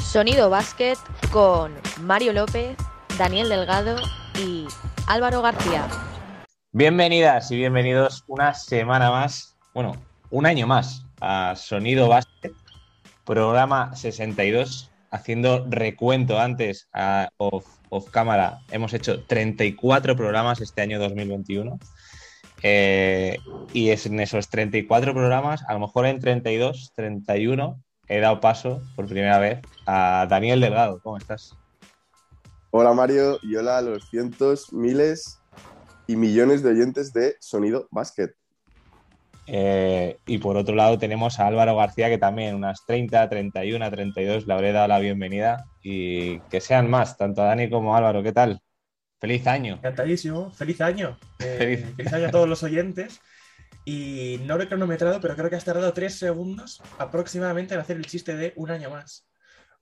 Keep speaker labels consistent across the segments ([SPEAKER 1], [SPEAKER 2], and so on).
[SPEAKER 1] Sonido Basket con Mario López, Daniel Delgado y Álvaro García.
[SPEAKER 2] Bienvenidas y bienvenidos una semana más, bueno, un año más a Sonido Basket, programa 62, haciendo recuento antes a off, off cámara, hemos hecho 34 programas este año 2021. Eh, y es en esos 34 programas, a lo mejor en 32, 31, he dado paso por primera vez a Daniel Delgado. ¿Cómo estás?
[SPEAKER 3] Hola Mario y hola a los cientos, miles y millones de oyentes de Sonido Basket.
[SPEAKER 2] Eh, y por otro lado tenemos a Álvaro García, que también unas 30, 31, 32 le habré dado la bienvenida y que sean más, tanto a Dani como a Álvaro. ¿Qué tal? Feliz año.
[SPEAKER 4] Encantadísimo. Feliz año. Eh, feliz. feliz. año a todos los oyentes. Y no lo he cronometrado, pero creo que has tardado tres segundos aproximadamente en hacer el chiste de un año más.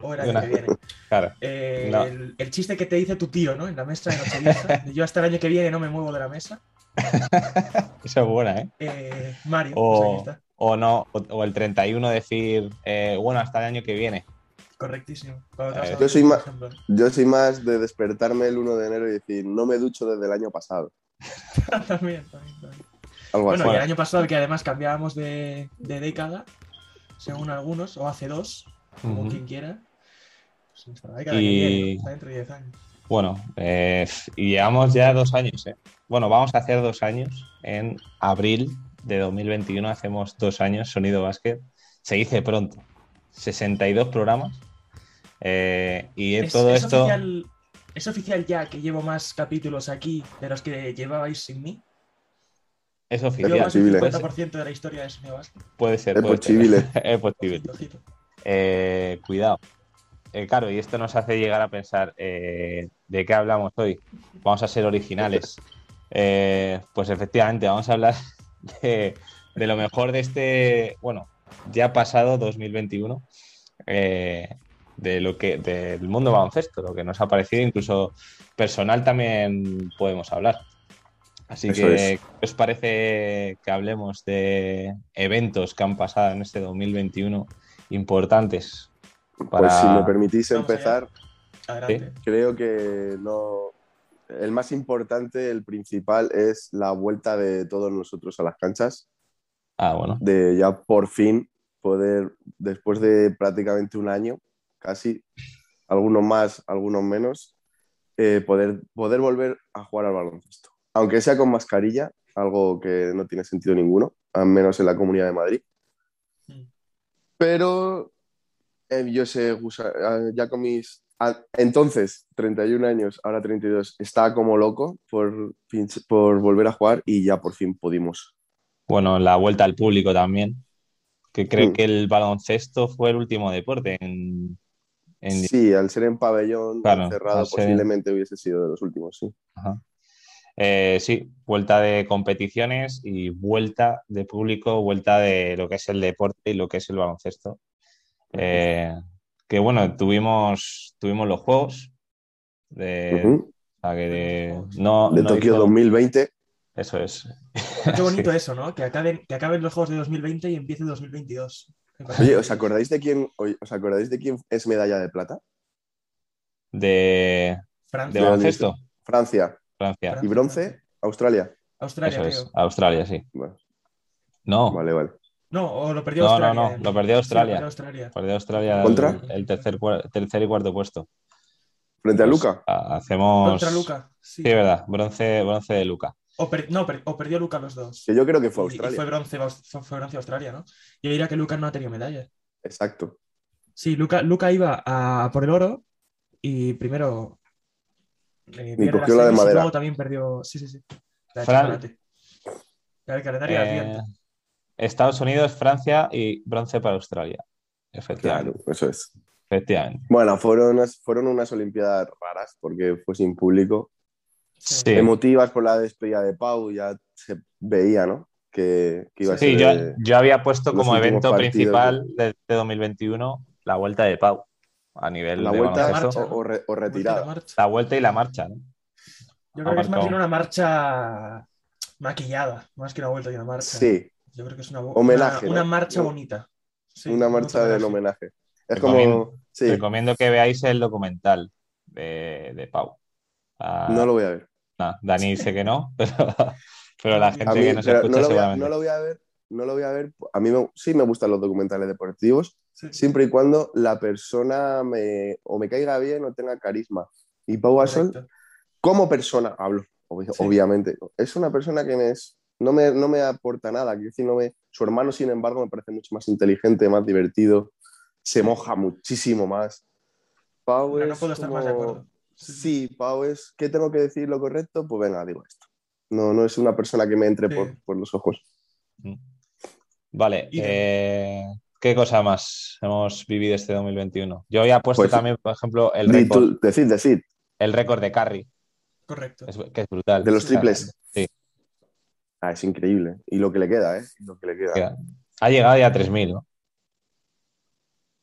[SPEAKER 4] O el año Una... que viene. Claro. Eh, no. el, el, chiste que te dice tu tío, ¿no? En la mesa de Nochevieja. yo hasta el año que viene no me muevo de la mesa.
[SPEAKER 2] Esa es buena, ¿eh?
[SPEAKER 4] eh Mario.
[SPEAKER 2] O, pues o no, o, o, el 31 decir, eh, bueno, hasta el año que viene.
[SPEAKER 4] Correctísimo.
[SPEAKER 3] Ver, yo, soy más, yo soy más de despertarme el 1 de enero y decir, no me ducho desde el año pasado.
[SPEAKER 4] también, también, también. Algo bueno, así. y el año pasado que además cambiábamos de, de década, según algunos, o hace dos, como uh -huh. quien quiera. Pues década y... que viene, está dentro de 10 años.
[SPEAKER 2] Bueno, eh, y llevamos ya dos años. ¿eh? Bueno, vamos a hacer dos años. En abril de 2021 hacemos dos años Sonido Básquet. Se dice pronto. 62 programas. Eh, y
[SPEAKER 4] es,
[SPEAKER 2] todo
[SPEAKER 4] es
[SPEAKER 2] esto.
[SPEAKER 4] Oficial, ¿Es oficial ya que llevo más capítulos aquí de los que llevabais sin mí?
[SPEAKER 2] Es oficial. Llevo
[SPEAKER 4] más del 50% de la historia de Sony Basket.
[SPEAKER 2] Puede ser.
[SPEAKER 3] Es
[SPEAKER 2] puede
[SPEAKER 3] posible.
[SPEAKER 2] Ser. es posible. Ojito, ojito. Eh, cuidado. Eh, claro, y esto nos hace llegar a pensar: eh, ¿de qué hablamos hoy? Vamos a ser originales. pues efectivamente, vamos a hablar de, de lo mejor de este. Bueno, ya pasado 2021. Eh, de lo que del mundo baloncesto, lo que nos ha parecido, incluso personal también podemos hablar. Así Eso que, es. ¿qué os parece que hablemos de eventos que han pasado en este 2021 importantes?
[SPEAKER 3] Para... Pues si me permitís empezar, ¿Sí? creo que no. El más importante, el principal, es la vuelta de todos nosotros a las canchas.
[SPEAKER 2] Ah, bueno.
[SPEAKER 3] De ya por fin poder, después de prácticamente un año, casi, algunos más, algunos menos, eh, poder, poder volver a jugar al baloncesto. Aunque sea con mascarilla, algo que no tiene sentido ninguno, al menos en la Comunidad de Madrid. Sí. Pero eh, yo sé, ah, ya con mis... ah, Entonces, 31 años, ahora 32, estaba como loco por, por volver a jugar y ya por fin pudimos.
[SPEAKER 2] Bueno, la vuelta al público también, que creo mm. que el baloncesto fue el último deporte en... en...
[SPEAKER 3] Sí, al ser en pabellón claro, cerrado ser... posiblemente hubiese sido de los últimos, sí. Ajá.
[SPEAKER 2] Eh, sí, vuelta de competiciones y vuelta de público, vuelta de lo que es el deporte y lo que es el baloncesto. Eh, que bueno, tuvimos, tuvimos los juegos de, uh -huh. o sea, que de... No,
[SPEAKER 3] de
[SPEAKER 2] no
[SPEAKER 3] Tokio hizo... 2020.
[SPEAKER 2] Eso es.
[SPEAKER 4] Qué bonito sí. eso, ¿no? Que acaben, que acaben los juegos de 2020 y empiece 2022.
[SPEAKER 3] Oye, ¿os acordáis de quién, os acordáis de quién es medalla de plata?
[SPEAKER 2] De
[SPEAKER 4] Francia.
[SPEAKER 2] ¿De baloncesto?
[SPEAKER 3] Francia.
[SPEAKER 2] Francia.
[SPEAKER 3] ¿Y bronce? Australia.
[SPEAKER 4] Australia,
[SPEAKER 2] eso
[SPEAKER 4] creo.
[SPEAKER 2] Es. Australia, sí. Bueno. No.
[SPEAKER 3] Vale, vale.
[SPEAKER 4] No, o lo perdió
[SPEAKER 2] no,
[SPEAKER 4] Australia. eh.
[SPEAKER 2] No, no, no, lo perdió Australia.
[SPEAKER 4] Sí, lo Australia.
[SPEAKER 2] perdió Australia.
[SPEAKER 3] ¿Contra?
[SPEAKER 2] El, el tercer, tercer, y cuarto puesto.
[SPEAKER 3] ¿Frente a Luca?
[SPEAKER 2] Pues, hacemos...
[SPEAKER 4] Contra Luca, sí.
[SPEAKER 2] Sí, verdad, bronce, bronce de Luca.
[SPEAKER 4] O per... no, per... o perdió Luca los dos.
[SPEAKER 3] Que yo creo que fue Australia.
[SPEAKER 4] Y fue bronce, fue bronce Australia, ¿no? Yo diría que Luca no ha tenido medalla.
[SPEAKER 3] Exacto.
[SPEAKER 4] Sí, Luca, Luca iba a por el oro y primero.
[SPEAKER 3] Eh, y cogió la, la de madera. Y luego
[SPEAKER 4] también perdió. Sí, sí, sí. La de Fran... El calendario eh...
[SPEAKER 2] Estados Unidos, Francia y bronce para Australia. Efectivamente.
[SPEAKER 3] Claro, eso es.
[SPEAKER 2] Efectivamente.
[SPEAKER 3] Bueno, fueron unas, fueron unas Olimpiadas raras porque fue sin público. Sí. emotivas por la despedida de Pau, ya se veía, ¿no? Que, que iba a
[SPEAKER 2] sí,
[SPEAKER 3] ser
[SPEAKER 2] yo, de, yo, había puesto como evento partidos, principal de, este de, 2021 la vuelta de Pau a nivel
[SPEAKER 3] la
[SPEAKER 2] de
[SPEAKER 3] vuelta marcha, o, re, o, retirada.
[SPEAKER 2] La, la vuelta y la marcha, ¿no?
[SPEAKER 4] Yo creo que es más bien una marcha maquillada, más que una vuelta y una marcha.
[SPEAKER 3] Sí.
[SPEAKER 4] Yo creo que es una,
[SPEAKER 3] homenaje,
[SPEAKER 4] una, una marcha ¿no? bonita.
[SPEAKER 3] Sí, una marcha del homenaje. Es como. Sí,
[SPEAKER 2] Recomiendo que veáis el documental de, de Pau. Ah,
[SPEAKER 3] no lo voy a ver.
[SPEAKER 2] no, Dani dice que no, pero, pero la gente
[SPEAKER 3] A mí-
[SPEAKER 2] que nos
[SPEAKER 3] pero
[SPEAKER 2] escucha
[SPEAKER 3] no, lo voy a,
[SPEAKER 2] seguramente.
[SPEAKER 3] no lo voy a ver. No lo voy a ver. A mí me- sí me gustan los documentales deportivos,
[SPEAKER 4] Sí.
[SPEAKER 3] siempre y cuando la persona me, o me caiga bien o tenga carisma. Y Pau Gasol,
[SPEAKER 4] Correcto.
[SPEAKER 3] como persona, hablo, obvi-
[SPEAKER 4] Sí.
[SPEAKER 3] obviamente. Es una persona que me es- no, me, no me aporta nada. quiero decir, no me- su hermano, sin embargo, me parece mucho más inteligente, más divertido. Se moja muchísimo más. Pau
[SPEAKER 4] No, no
[SPEAKER 3] es
[SPEAKER 4] puedo estar
[SPEAKER 3] como-
[SPEAKER 4] más de acuerdo.
[SPEAKER 3] Sí, Pau es, ¿qué tengo que decir lo correcto? Pues venga, digo esto. No, no es una persona que me entre
[SPEAKER 4] Sí.
[SPEAKER 3] por, por los ojos.
[SPEAKER 2] Mm. Vale,
[SPEAKER 4] Y-
[SPEAKER 2] eh, ¿qué cosa más hemos vivido este 2021? Yo había puesto
[SPEAKER 3] Pues-
[SPEAKER 2] también, por ejemplo, el
[SPEAKER 3] Di
[SPEAKER 2] récord,
[SPEAKER 3] tú- decid, decid,
[SPEAKER 2] el récord de Curry,
[SPEAKER 4] Correcto.
[SPEAKER 2] es- que es brutal.
[SPEAKER 3] de los
[SPEAKER 2] O sea,
[SPEAKER 3] triples.
[SPEAKER 2] Sí.
[SPEAKER 3] Ah, es increíble. Y lo que le queda, ¿eh? Lo que le queda.
[SPEAKER 2] Queda. Ha llegado ya a 3.000, ¿no?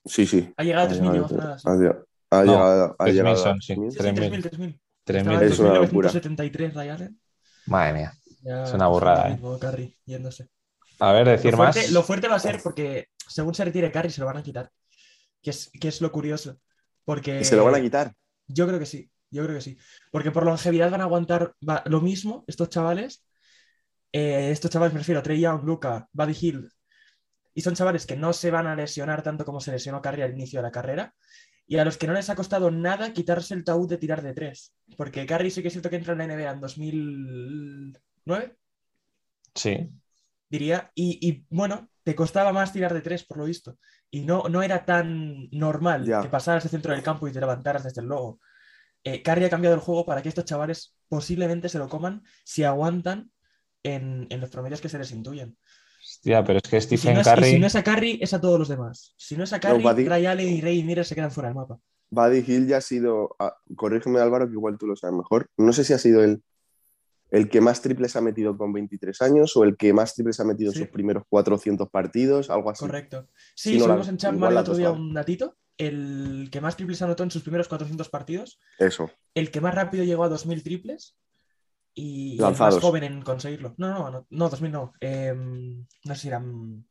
[SPEAKER 3] Sí, sí.
[SPEAKER 4] Ha llegado a 3.000 y
[SPEAKER 3] llegado
[SPEAKER 4] más nada. sí.
[SPEAKER 3] Ha llegado- ha
[SPEAKER 2] No,
[SPEAKER 3] llegado- ha
[SPEAKER 2] 3.000
[SPEAKER 3] llegado a
[SPEAKER 2] son, sí.
[SPEAKER 3] 3.000.
[SPEAKER 4] Sí, sí,
[SPEAKER 2] 3.000.
[SPEAKER 4] 3.000, 3.000.
[SPEAKER 2] 3.000.
[SPEAKER 3] Es una locura.
[SPEAKER 4] 3.973 Ray Allen.
[SPEAKER 2] Madre mía.
[SPEAKER 4] Ya
[SPEAKER 2] Es una burrada,
[SPEAKER 4] el
[SPEAKER 2] ¿eh?
[SPEAKER 4] mismo Curry yéndose.
[SPEAKER 2] A ver,
[SPEAKER 4] Lo
[SPEAKER 2] decir
[SPEAKER 4] fuerte,
[SPEAKER 2] más.
[SPEAKER 4] lo fuerte va a ser porque según se retire Curry se lo van a quitar. Que es, que es lo curioso. Porque
[SPEAKER 3] Y se lo van a quitar.
[SPEAKER 4] Yo creo que sí, yo creo que sí. Porque por longevidad van a aguantar va- lo mismo estos chavales. Eh, estos chavales, me refiero a Trey Young, Luca, Buddy Hill. Y son chavales que no se van a lesionar tanto como se lesionó Curry al inicio de la carrera. Y a los que no les ha costado nada quitarse el tabú de tirar de tres. Porque Curry sí que es cierto que entra en la NBA en 2009,
[SPEAKER 2] Sí.
[SPEAKER 4] diría. Y, y, bueno, te costaba más tirar de tres, por lo visto. Y no, no era tan normal
[SPEAKER 3] Ya.
[SPEAKER 4] que pasaras de centro del campo y te levantaras desde el logo. Eh, Curry ha cambiado el juego para que estos chavales posiblemente se lo coman si aguantan en, en los promedios que se les intuyen.
[SPEAKER 2] Hostia, pero es que
[SPEAKER 4] Y si,
[SPEAKER 2] Stephen
[SPEAKER 4] no es, y
[SPEAKER 2] Curry.
[SPEAKER 4] si no es a Curry, es a todos los demás. Si no es a
[SPEAKER 3] No,
[SPEAKER 4] Curry,
[SPEAKER 3] Buddy-
[SPEAKER 4] Ray Allen y Ray Miller se quedan fuera del mapa.
[SPEAKER 3] Buddy Hill ya ha sido. ah, corrígeme, Álvaro, que igual tú lo sabes mejor. No sé si ha sido el, el que más triples ha metido con 23 años o el que más triples ha metido
[SPEAKER 4] Sí.
[SPEAKER 3] en sus primeros 400 partidos, algo así.
[SPEAKER 4] Correcto. Sí,
[SPEAKER 3] Sí, no, la-
[SPEAKER 4] subimos en Chapman
[SPEAKER 3] igual
[SPEAKER 4] el
[SPEAKER 3] las
[SPEAKER 4] otro
[SPEAKER 3] dos
[SPEAKER 4] día
[SPEAKER 3] valen.
[SPEAKER 4] un datito. El que más triples anotó en sus primeros 400 partidos
[SPEAKER 3] Eso.
[SPEAKER 4] el que más rápido llegó a 2000 triples y
[SPEAKER 3] Lanzados.
[SPEAKER 4] el más joven en conseguirlo. No, no, no, no 2000 no. Em, no sé si eran.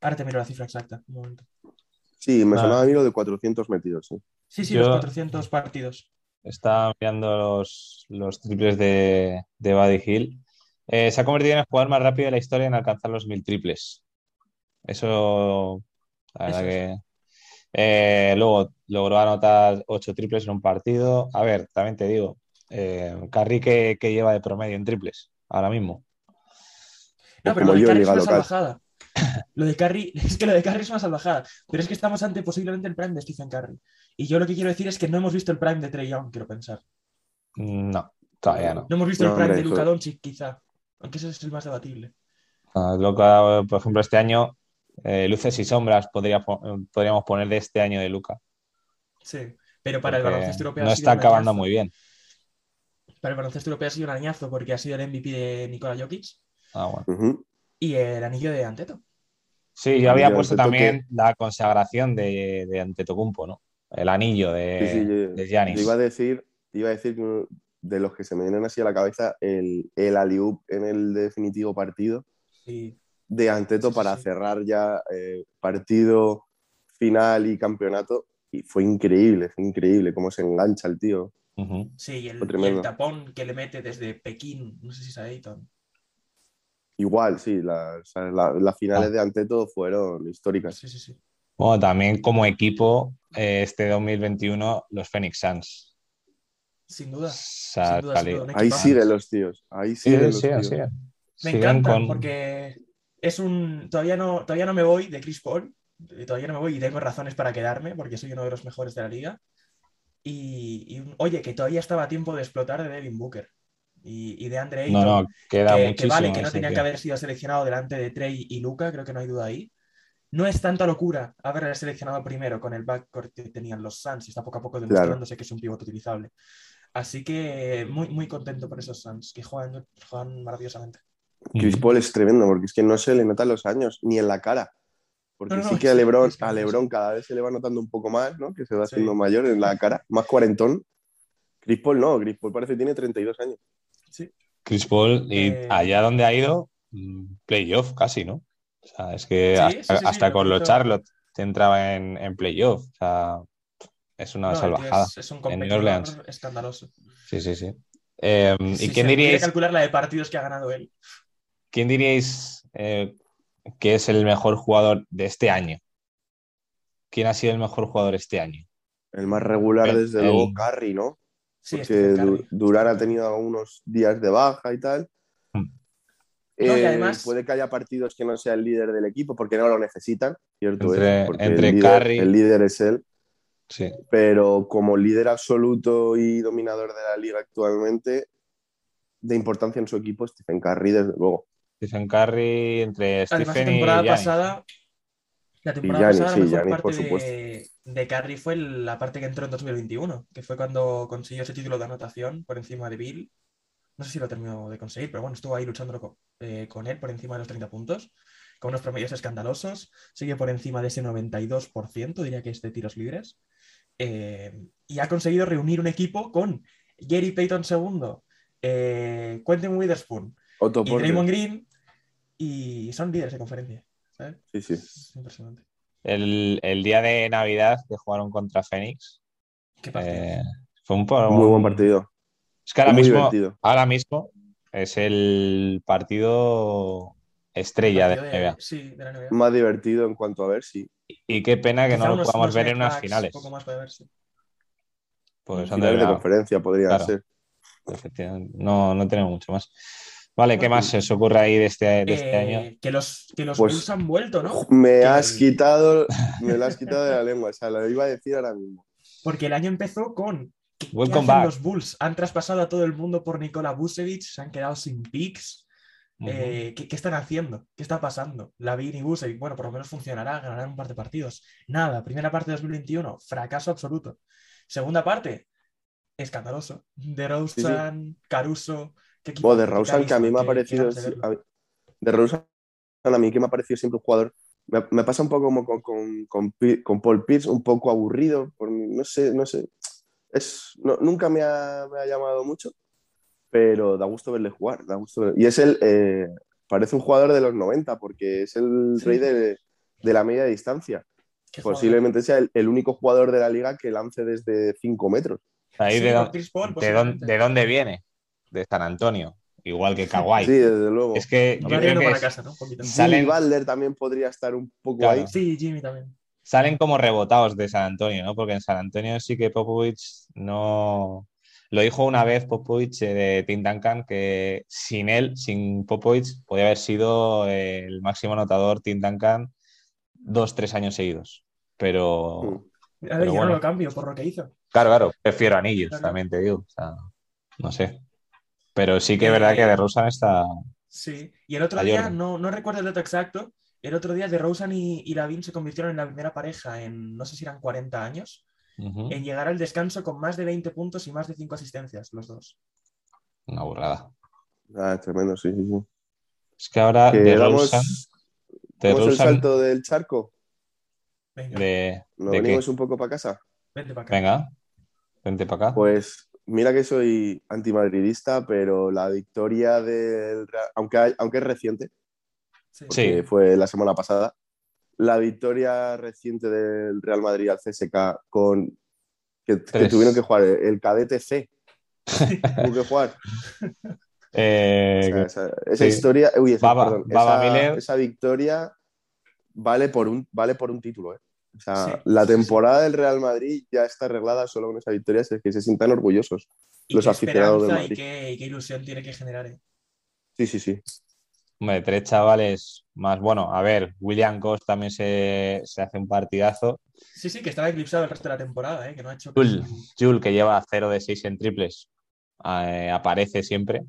[SPEAKER 4] Ahora te miro la cifra exacta. Un momento.
[SPEAKER 3] Sí, me
[SPEAKER 2] Ah.
[SPEAKER 3] sonaba a mí lo de 400 metidos. sí.
[SPEAKER 4] Sí, sí,
[SPEAKER 2] Yo-
[SPEAKER 4] los 400 partidos.
[SPEAKER 2] Estaba mirando los, los triples de, de Buddy Hill. Eh, se ha convertido en el jugador más rápido de la historia en alcanzar los mil triples. Eso, la verdad
[SPEAKER 4] Eso
[SPEAKER 2] que. Eh, luego logró anotar ocho triples en un partido. A ver, también te digo, eh, Curry, ¿qué, qué lleva de promedio en triples ahora mismo?
[SPEAKER 4] No,
[SPEAKER 3] Pues
[SPEAKER 4] pero
[SPEAKER 3] como
[SPEAKER 4] lo de
[SPEAKER 3] yo en
[SPEAKER 4] Curry es
[SPEAKER 3] Liga
[SPEAKER 4] una
[SPEAKER 3] Local.
[SPEAKER 4] salvajada. Lo de Curry, es que lo de Curry es una salvajada. Pero es que estamos ante posiblemente el prime de Stephen Curry. Y yo lo que quiero decir es que no hemos visto el prime de Trey Young, quiero pensar.
[SPEAKER 2] Mm, No, todavía no.
[SPEAKER 4] No hemos visto
[SPEAKER 3] No,
[SPEAKER 4] el prime
[SPEAKER 3] hombre,
[SPEAKER 4] de
[SPEAKER 3] eso-
[SPEAKER 4] Luka Doncic, quizá. Aunque eso es el más debatible.
[SPEAKER 2] Ah, lo que ha- por ejemplo, este año, eh, luces y sombras podría, po- podríamos poner de este año de Luca.
[SPEAKER 4] Sí. Pero para el
[SPEAKER 2] porque
[SPEAKER 4] baloncesto europeo ha
[SPEAKER 2] no
[SPEAKER 4] sido
[SPEAKER 2] está
[SPEAKER 4] un
[SPEAKER 2] acabando
[SPEAKER 4] añazo.
[SPEAKER 2] muy bien.
[SPEAKER 4] Para el baloncesto europeo ha sido un añazo porque ha sido el MVP de Nikola Jokic
[SPEAKER 2] Ah, bueno.
[SPEAKER 3] Ujú.
[SPEAKER 4] y el anillo de Anteto.
[SPEAKER 2] Sí, yo había
[SPEAKER 3] Anillo de
[SPEAKER 2] puesto
[SPEAKER 3] Antetokounmpo.
[SPEAKER 2] también la consagración de, de Antetokounmpo, ¿no? El anillo de,
[SPEAKER 3] Sí, sí, yo-
[SPEAKER 2] de
[SPEAKER 3] Yo
[SPEAKER 2] Giannis.
[SPEAKER 3] iba a decir, iba a decir que uno de los que se me vienen así a la cabeza, el, el alley-oop en el definitivo partido
[SPEAKER 4] Sí,
[SPEAKER 3] de Anteto
[SPEAKER 4] Sí, sí,
[SPEAKER 3] para
[SPEAKER 4] sí.
[SPEAKER 3] cerrar ya eh, partido final y campeonato. Y fue increíble, fue increíble cómo se engancha el tío.
[SPEAKER 2] Ujú.
[SPEAKER 4] sí y, el,
[SPEAKER 3] Fue
[SPEAKER 4] y
[SPEAKER 3] tremendo.
[SPEAKER 4] el tapón que le mete desde Pekín, no sé si sabéis. Tom.
[SPEAKER 3] Igual, sí, la- o sea, la- las finales de Anteto fueron históricas.
[SPEAKER 4] Sí, sí, sí.
[SPEAKER 2] Bueno, también como equipo, eh, este 2021, los Phoenix Suns.
[SPEAKER 4] Sin duda.
[SPEAKER 2] O sea,
[SPEAKER 4] Sin duda, sin
[SPEAKER 2] cali-
[SPEAKER 4] duda, un
[SPEAKER 3] Ahí
[SPEAKER 4] equipazo.
[SPEAKER 3] siguen los tíos, ahí
[SPEAKER 2] Sí,
[SPEAKER 3] siguen los
[SPEAKER 2] sí,
[SPEAKER 3] tíos.
[SPEAKER 2] sí.
[SPEAKER 4] Me
[SPEAKER 2] Siguen
[SPEAKER 4] encanta
[SPEAKER 2] con-
[SPEAKER 4] porque es un. Todavía no, todavía no me voy de Chris Paul. eh, Todavía no me voy y tengo razones para quedarme porque soy uno de los mejores de la liga. Y, y un- oye, que todavía estaba a tiempo de explotar de Devin Booker y, y de Andre
[SPEAKER 2] No,
[SPEAKER 4] Ayton.
[SPEAKER 2] no, queda
[SPEAKER 4] que, que
[SPEAKER 2] muchísimo
[SPEAKER 4] vale, que no
[SPEAKER 2] ese
[SPEAKER 4] tenía que
[SPEAKER 2] tío.
[SPEAKER 4] haber sido seleccionado delante de Trey y Luca, creo que no hay duda ahí. No es tanta locura haber seleccionado primero con el backcourt que tenían los Suns y está poco a poco demostrándose que es un pivote utilizable. Así que muy, muy contento por esos Suns, que juegan, juegan maravillosamente.
[SPEAKER 3] Chris Paul es tremendo porque es que no se le notan los años ni en la cara. Porque
[SPEAKER 4] No, no,
[SPEAKER 3] sí que
[SPEAKER 4] es-
[SPEAKER 3] a Lebron,
[SPEAKER 4] es que
[SPEAKER 3] a
[SPEAKER 4] es
[SPEAKER 3] Lebron
[SPEAKER 4] eso.
[SPEAKER 3] cada vez se le va notando un poco más, ¿no? Que se va
[SPEAKER 4] Sí.
[SPEAKER 3] haciendo mayor en la cara, más cuarentón. Chris Paul no, Chris Paul parece que tiene 32 años.
[SPEAKER 2] Chris Paul, y
[SPEAKER 4] Eh,
[SPEAKER 2] allá donde ha ido, mm, playoff casi, ¿no? O sea, es que
[SPEAKER 4] Sí,
[SPEAKER 2] hasta,
[SPEAKER 4] sí, sí, sí,
[SPEAKER 2] hasta
[SPEAKER 4] lo
[SPEAKER 2] con
[SPEAKER 4] que
[SPEAKER 2] los
[SPEAKER 4] hizo-
[SPEAKER 2] Charlotte te entraba en, en playoff. O sea, es una
[SPEAKER 4] No, el tío
[SPEAKER 2] salvajada.
[SPEAKER 4] Es, es un
[SPEAKER 2] en New
[SPEAKER 4] competidor
[SPEAKER 2] Orleans.
[SPEAKER 4] escandaloso.
[SPEAKER 2] Sí, sí, sí. Eh, ¿Y quién
[SPEAKER 4] Si se pudiera
[SPEAKER 2] diríais,
[SPEAKER 4] calcular la de partidos que ha ganado él.
[SPEAKER 2] quién diríais eh, que es el mejor jugador de este año? ¿Quién ha sido el mejor jugador este año?
[SPEAKER 3] El más regular,
[SPEAKER 2] El-
[SPEAKER 3] desde
[SPEAKER 2] el-
[SPEAKER 3] luego, Curry, ¿no?
[SPEAKER 4] Sí,
[SPEAKER 3] Porque
[SPEAKER 4] Stephen Curry.
[SPEAKER 3] Du- Durán ha tenido algunos días de baja y tal.
[SPEAKER 2] Mm.
[SPEAKER 4] No, y
[SPEAKER 3] Eh,
[SPEAKER 4] además-
[SPEAKER 3] puede que haya partidos que no sea el líder del equipo porque no lo necesitan, ¿cierto? es,
[SPEAKER 2] Entre-
[SPEAKER 3] porque
[SPEAKER 2] entre
[SPEAKER 3] el líder,
[SPEAKER 2] Curry-
[SPEAKER 3] el líder es él,
[SPEAKER 2] Sí.
[SPEAKER 3] pero como líder absoluto y dominador de la liga actualmente, de importancia en su equipo, Stephen Curry, desde luego.
[SPEAKER 2] Stephen Curry entre
[SPEAKER 4] Además, la
[SPEAKER 2] Stephen y
[SPEAKER 4] temporada
[SPEAKER 2] Giannis.
[SPEAKER 4] pasada, la temporada
[SPEAKER 3] Giannis,
[SPEAKER 4] pasada,
[SPEAKER 3] sí,
[SPEAKER 4] la mejor
[SPEAKER 3] Giannis,
[SPEAKER 4] parte
[SPEAKER 3] por
[SPEAKER 4] de, de Curry fue la parte que entró en 2021, que fue cuando consiguió ese título de anotación por encima de Bill. No sé si lo terminó de conseguir, pero bueno, estuvo ahí luchando con, eh, con él por encima de los 30 puntos, con unos promedios escandalosos. Sigue por encima de ese 92%, diría que es de tiros libres. Eh, y ha conseguido reunir un equipo con Gary Payton II, eh, Quentin Witherspoon,
[SPEAKER 3] Otto
[SPEAKER 4] y
[SPEAKER 3] Porter.
[SPEAKER 4] Draymond Green y son líderes de conferencia. ¿sabes?
[SPEAKER 3] Sí, sí.
[SPEAKER 4] Es impresionante.
[SPEAKER 2] El, el día de Navidad que jugaron contra Phoenix.
[SPEAKER 4] Qué partido.
[SPEAKER 2] eh, fue un
[SPEAKER 3] Muy buen partido.
[SPEAKER 2] Es que ahora
[SPEAKER 3] muy
[SPEAKER 2] mismo,
[SPEAKER 3] divertido.
[SPEAKER 2] ahora mismo es el partido estrella de
[SPEAKER 4] Partido
[SPEAKER 2] la NBA.
[SPEAKER 4] Sí, de la NBA.
[SPEAKER 3] Más divertido en cuanto a ver si.
[SPEAKER 2] Y qué pena Mm, que
[SPEAKER 4] Quizá
[SPEAKER 2] no lo
[SPEAKER 4] unos-
[SPEAKER 2] podamos
[SPEAKER 4] unos
[SPEAKER 2] ver en unas
[SPEAKER 4] Bucks,
[SPEAKER 2] finales.
[SPEAKER 4] Poco más puede verse.
[SPEAKER 2] porque son de
[SPEAKER 3] Finales de
[SPEAKER 2] verdad,
[SPEAKER 3] conferencia podrían
[SPEAKER 2] Claro.
[SPEAKER 3] ser.
[SPEAKER 2] efectivamente. No, no tenemos mucho más. Vale, ¿qué
[SPEAKER 4] Bueno,
[SPEAKER 2] más se os ocurre ahí de este, de este
[SPEAKER 4] Eh,
[SPEAKER 2] año?
[SPEAKER 4] Que los, que los
[SPEAKER 3] Pues-
[SPEAKER 4] Bulls han vuelto, ¿no?
[SPEAKER 3] Me
[SPEAKER 4] Que-
[SPEAKER 3] has quitado, me la has quitado de la lengua, o sea, lo iba a decir ahora mismo.
[SPEAKER 4] Porque el año empezó con. ¿qué-
[SPEAKER 2] Buen
[SPEAKER 4] qué hacen
[SPEAKER 2] comeback.
[SPEAKER 4] Los eh, Bulls han traspasado a todo el mundo por Nikola Vucevic, se han quedado sin picks.
[SPEAKER 2] Ujú.
[SPEAKER 4] Eh, ¿qué, qué están haciendo? ¿Qué está pasando? Lavin y Busey, bueno, por lo menos funcionará, ganarán un par de partidos. Nada, primera parte de 2021, fracaso absoluto. Segunda parte, escandaloso. De Rosen, Caruso. ¿qué equipo
[SPEAKER 3] Bo, de
[SPEAKER 4] qué
[SPEAKER 3] Rousan, que a mí me ha
[SPEAKER 4] carisma, qué- qué
[SPEAKER 3] parecido.
[SPEAKER 4] ganas de verlo.
[SPEAKER 3] a mí- de Rousan, a mí que me ha parecido siempre un jugador. Me, me pasa un poco como con, con- con Pi- con Paul Pierce, un poco aburrido. por mí, no sé, no sé. Es, no- nunca me ha, me ha llamado mucho, pero da gusto verle jugar. Da gusto ver- Y es el. eh, parece un jugador de los 90, porque es el
[SPEAKER 4] Sí.
[SPEAKER 3] rey de, de la media distancia.
[SPEAKER 4] Qué jugador.
[SPEAKER 3] Posiblemente sea el, el único jugador de la liga que lance desde 5 metros.
[SPEAKER 2] Ahí
[SPEAKER 4] Sí,
[SPEAKER 2] de,
[SPEAKER 4] con
[SPEAKER 2] dó-
[SPEAKER 4] Chris Paul,
[SPEAKER 2] de, dónde,
[SPEAKER 4] posiblemente.
[SPEAKER 2] de dónde viene? De San Antonio. Igual que Kawhi.
[SPEAKER 3] Sí, desde luego.
[SPEAKER 2] Es que yo
[SPEAKER 4] Habrá
[SPEAKER 2] creo
[SPEAKER 4] tenido
[SPEAKER 2] que
[SPEAKER 4] para
[SPEAKER 2] es-
[SPEAKER 4] casa, ¿no? Un poquito.
[SPEAKER 2] Sí.
[SPEAKER 3] Jimmy
[SPEAKER 2] salen-
[SPEAKER 3] Butler también podría estar un poco
[SPEAKER 2] Claro.
[SPEAKER 3] ahí.
[SPEAKER 4] Sí, Jimmy también.
[SPEAKER 2] salen como rebotados de San Antonio, ¿no? Porque en San Antonio sí que Popovich no. Lo dijo una vez Popovich eh, de Tim Duncan que sin él, sin Popovich, podía haber sido eh, el máximo anotador Tim Duncan dos, tres años seguidos. Pero,
[SPEAKER 3] Mm.
[SPEAKER 4] A ver,
[SPEAKER 2] Pero
[SPEAKER 4] yo
[SPEAKER 2] bueno.
[SPEAKER 4] no lo cambio por lo que hizo.
[SPEAKER 2] claro, claro, prefiero anillos,
[SPEAKER 4] Claro.
[SPEAKER 2] también te digo. O sea, no sé. Pero sí que es verdad que de Rosan está.
[SPEAKER 4] Sí, y el otro
[SPEAKER 2] A
[SPEAKER 4] día,
[SPEAKER 2] Jordan.
[SPEAKER 4] no, no recuerdo el dato exacto, el otro día DeRozan y, y Lavin se convirtieron en la primera pareja en, no sé si eran 40 años,
[SPEAKER 2] Ujú,
[SPEAKER 4] en llegar al descanso con más de 20 puntos y más de 5 asistencias, los dos.
[SPEAKER 2] Una burrada.
[SPEAKER 3] Ah, tremendo, sí, sí, sí.
[SPEAKER 2] Es que ahora
[SPEAKER 3] Que
[SPEAKER 2] de
[SPEAKER 3] damos,
[SPEAKER 2] Rosan. De
[SPEAKER 3] damos el
[SPEAKER 2] Rosen-
[SPEAKER 3] salto del charco.
[SPEAKER 4] Venga,
[SPEAKER 2] de-
[SPEAKER 3] Nos
[SPEAKER 2] ¿de qué?
[SPEAKER 3] venimos un poco para casa.
[SPEAKER 4] vente para acá.
[SPEAKER 2] Venga, vente para acá.
[SPEAKER 3] Pues mira que soy antimadridista, pero la victoria del Real- aunque, hay- aunque es reciente,
[SPEAKER 4] Sí.
[SPEAKER 2] Sí.
[SPEAKER 3] que fue la semana pasada, la victoria reciente del Real Madrid al CSK con que, que
[SPEAKER 2] Tres.
[SPEAKER 3] tuvieron que jugar el cadete C. Tuvo que jugar.
[SPEAKER 2] Eh,
[SPEAKER 3] O sea, esa esa
[SPEAKER 2] sí.
[SPEAKER 3] historia, uy, esa,
[SPEAKER 2] Baba-
[SPEAKER 3] perdón,
[SPEAKER 2] Baba
[SPEAKER 3] esa-
[SPEAKER 2] Miller.
[SPEAKER 3] esa victoria vale por un, vale por un título. ¿eh? O sea,
[SPEAKER 4] Sí,
[SPEAKER 3] la
[SPEAKER 4] sí, sí.
[SPEAKER 3] temporada del Real Madrid ya está arreglada solo con esa victoria, si es que se sientan orgullosos.
[SPEAKER 4] Y
[SPEAKER 3] los
[SPEAKER 4] qué
[SPEAKER 3] aficionados del
[SPEAKER 4] esperanza
[SPEAKER 3] Madrid.
[SPEAKER 4] y qué, y qué ilusión tiene que generar. eh.
[SPEAKER 3] Sí, sí, sí.
[SPEAKER 2] hombre, tres chavales más. Bueno, a ver, William Goss también se, se hace un partidazo.
[SPEAKER 4] Sí, sí, que estaba eclipsado el resto de la temporada, eh, que no ha hecho...
[SPEAKER 2] Jul, Jul, que lleva 0 de 6 en triples, eh, aparece siempre.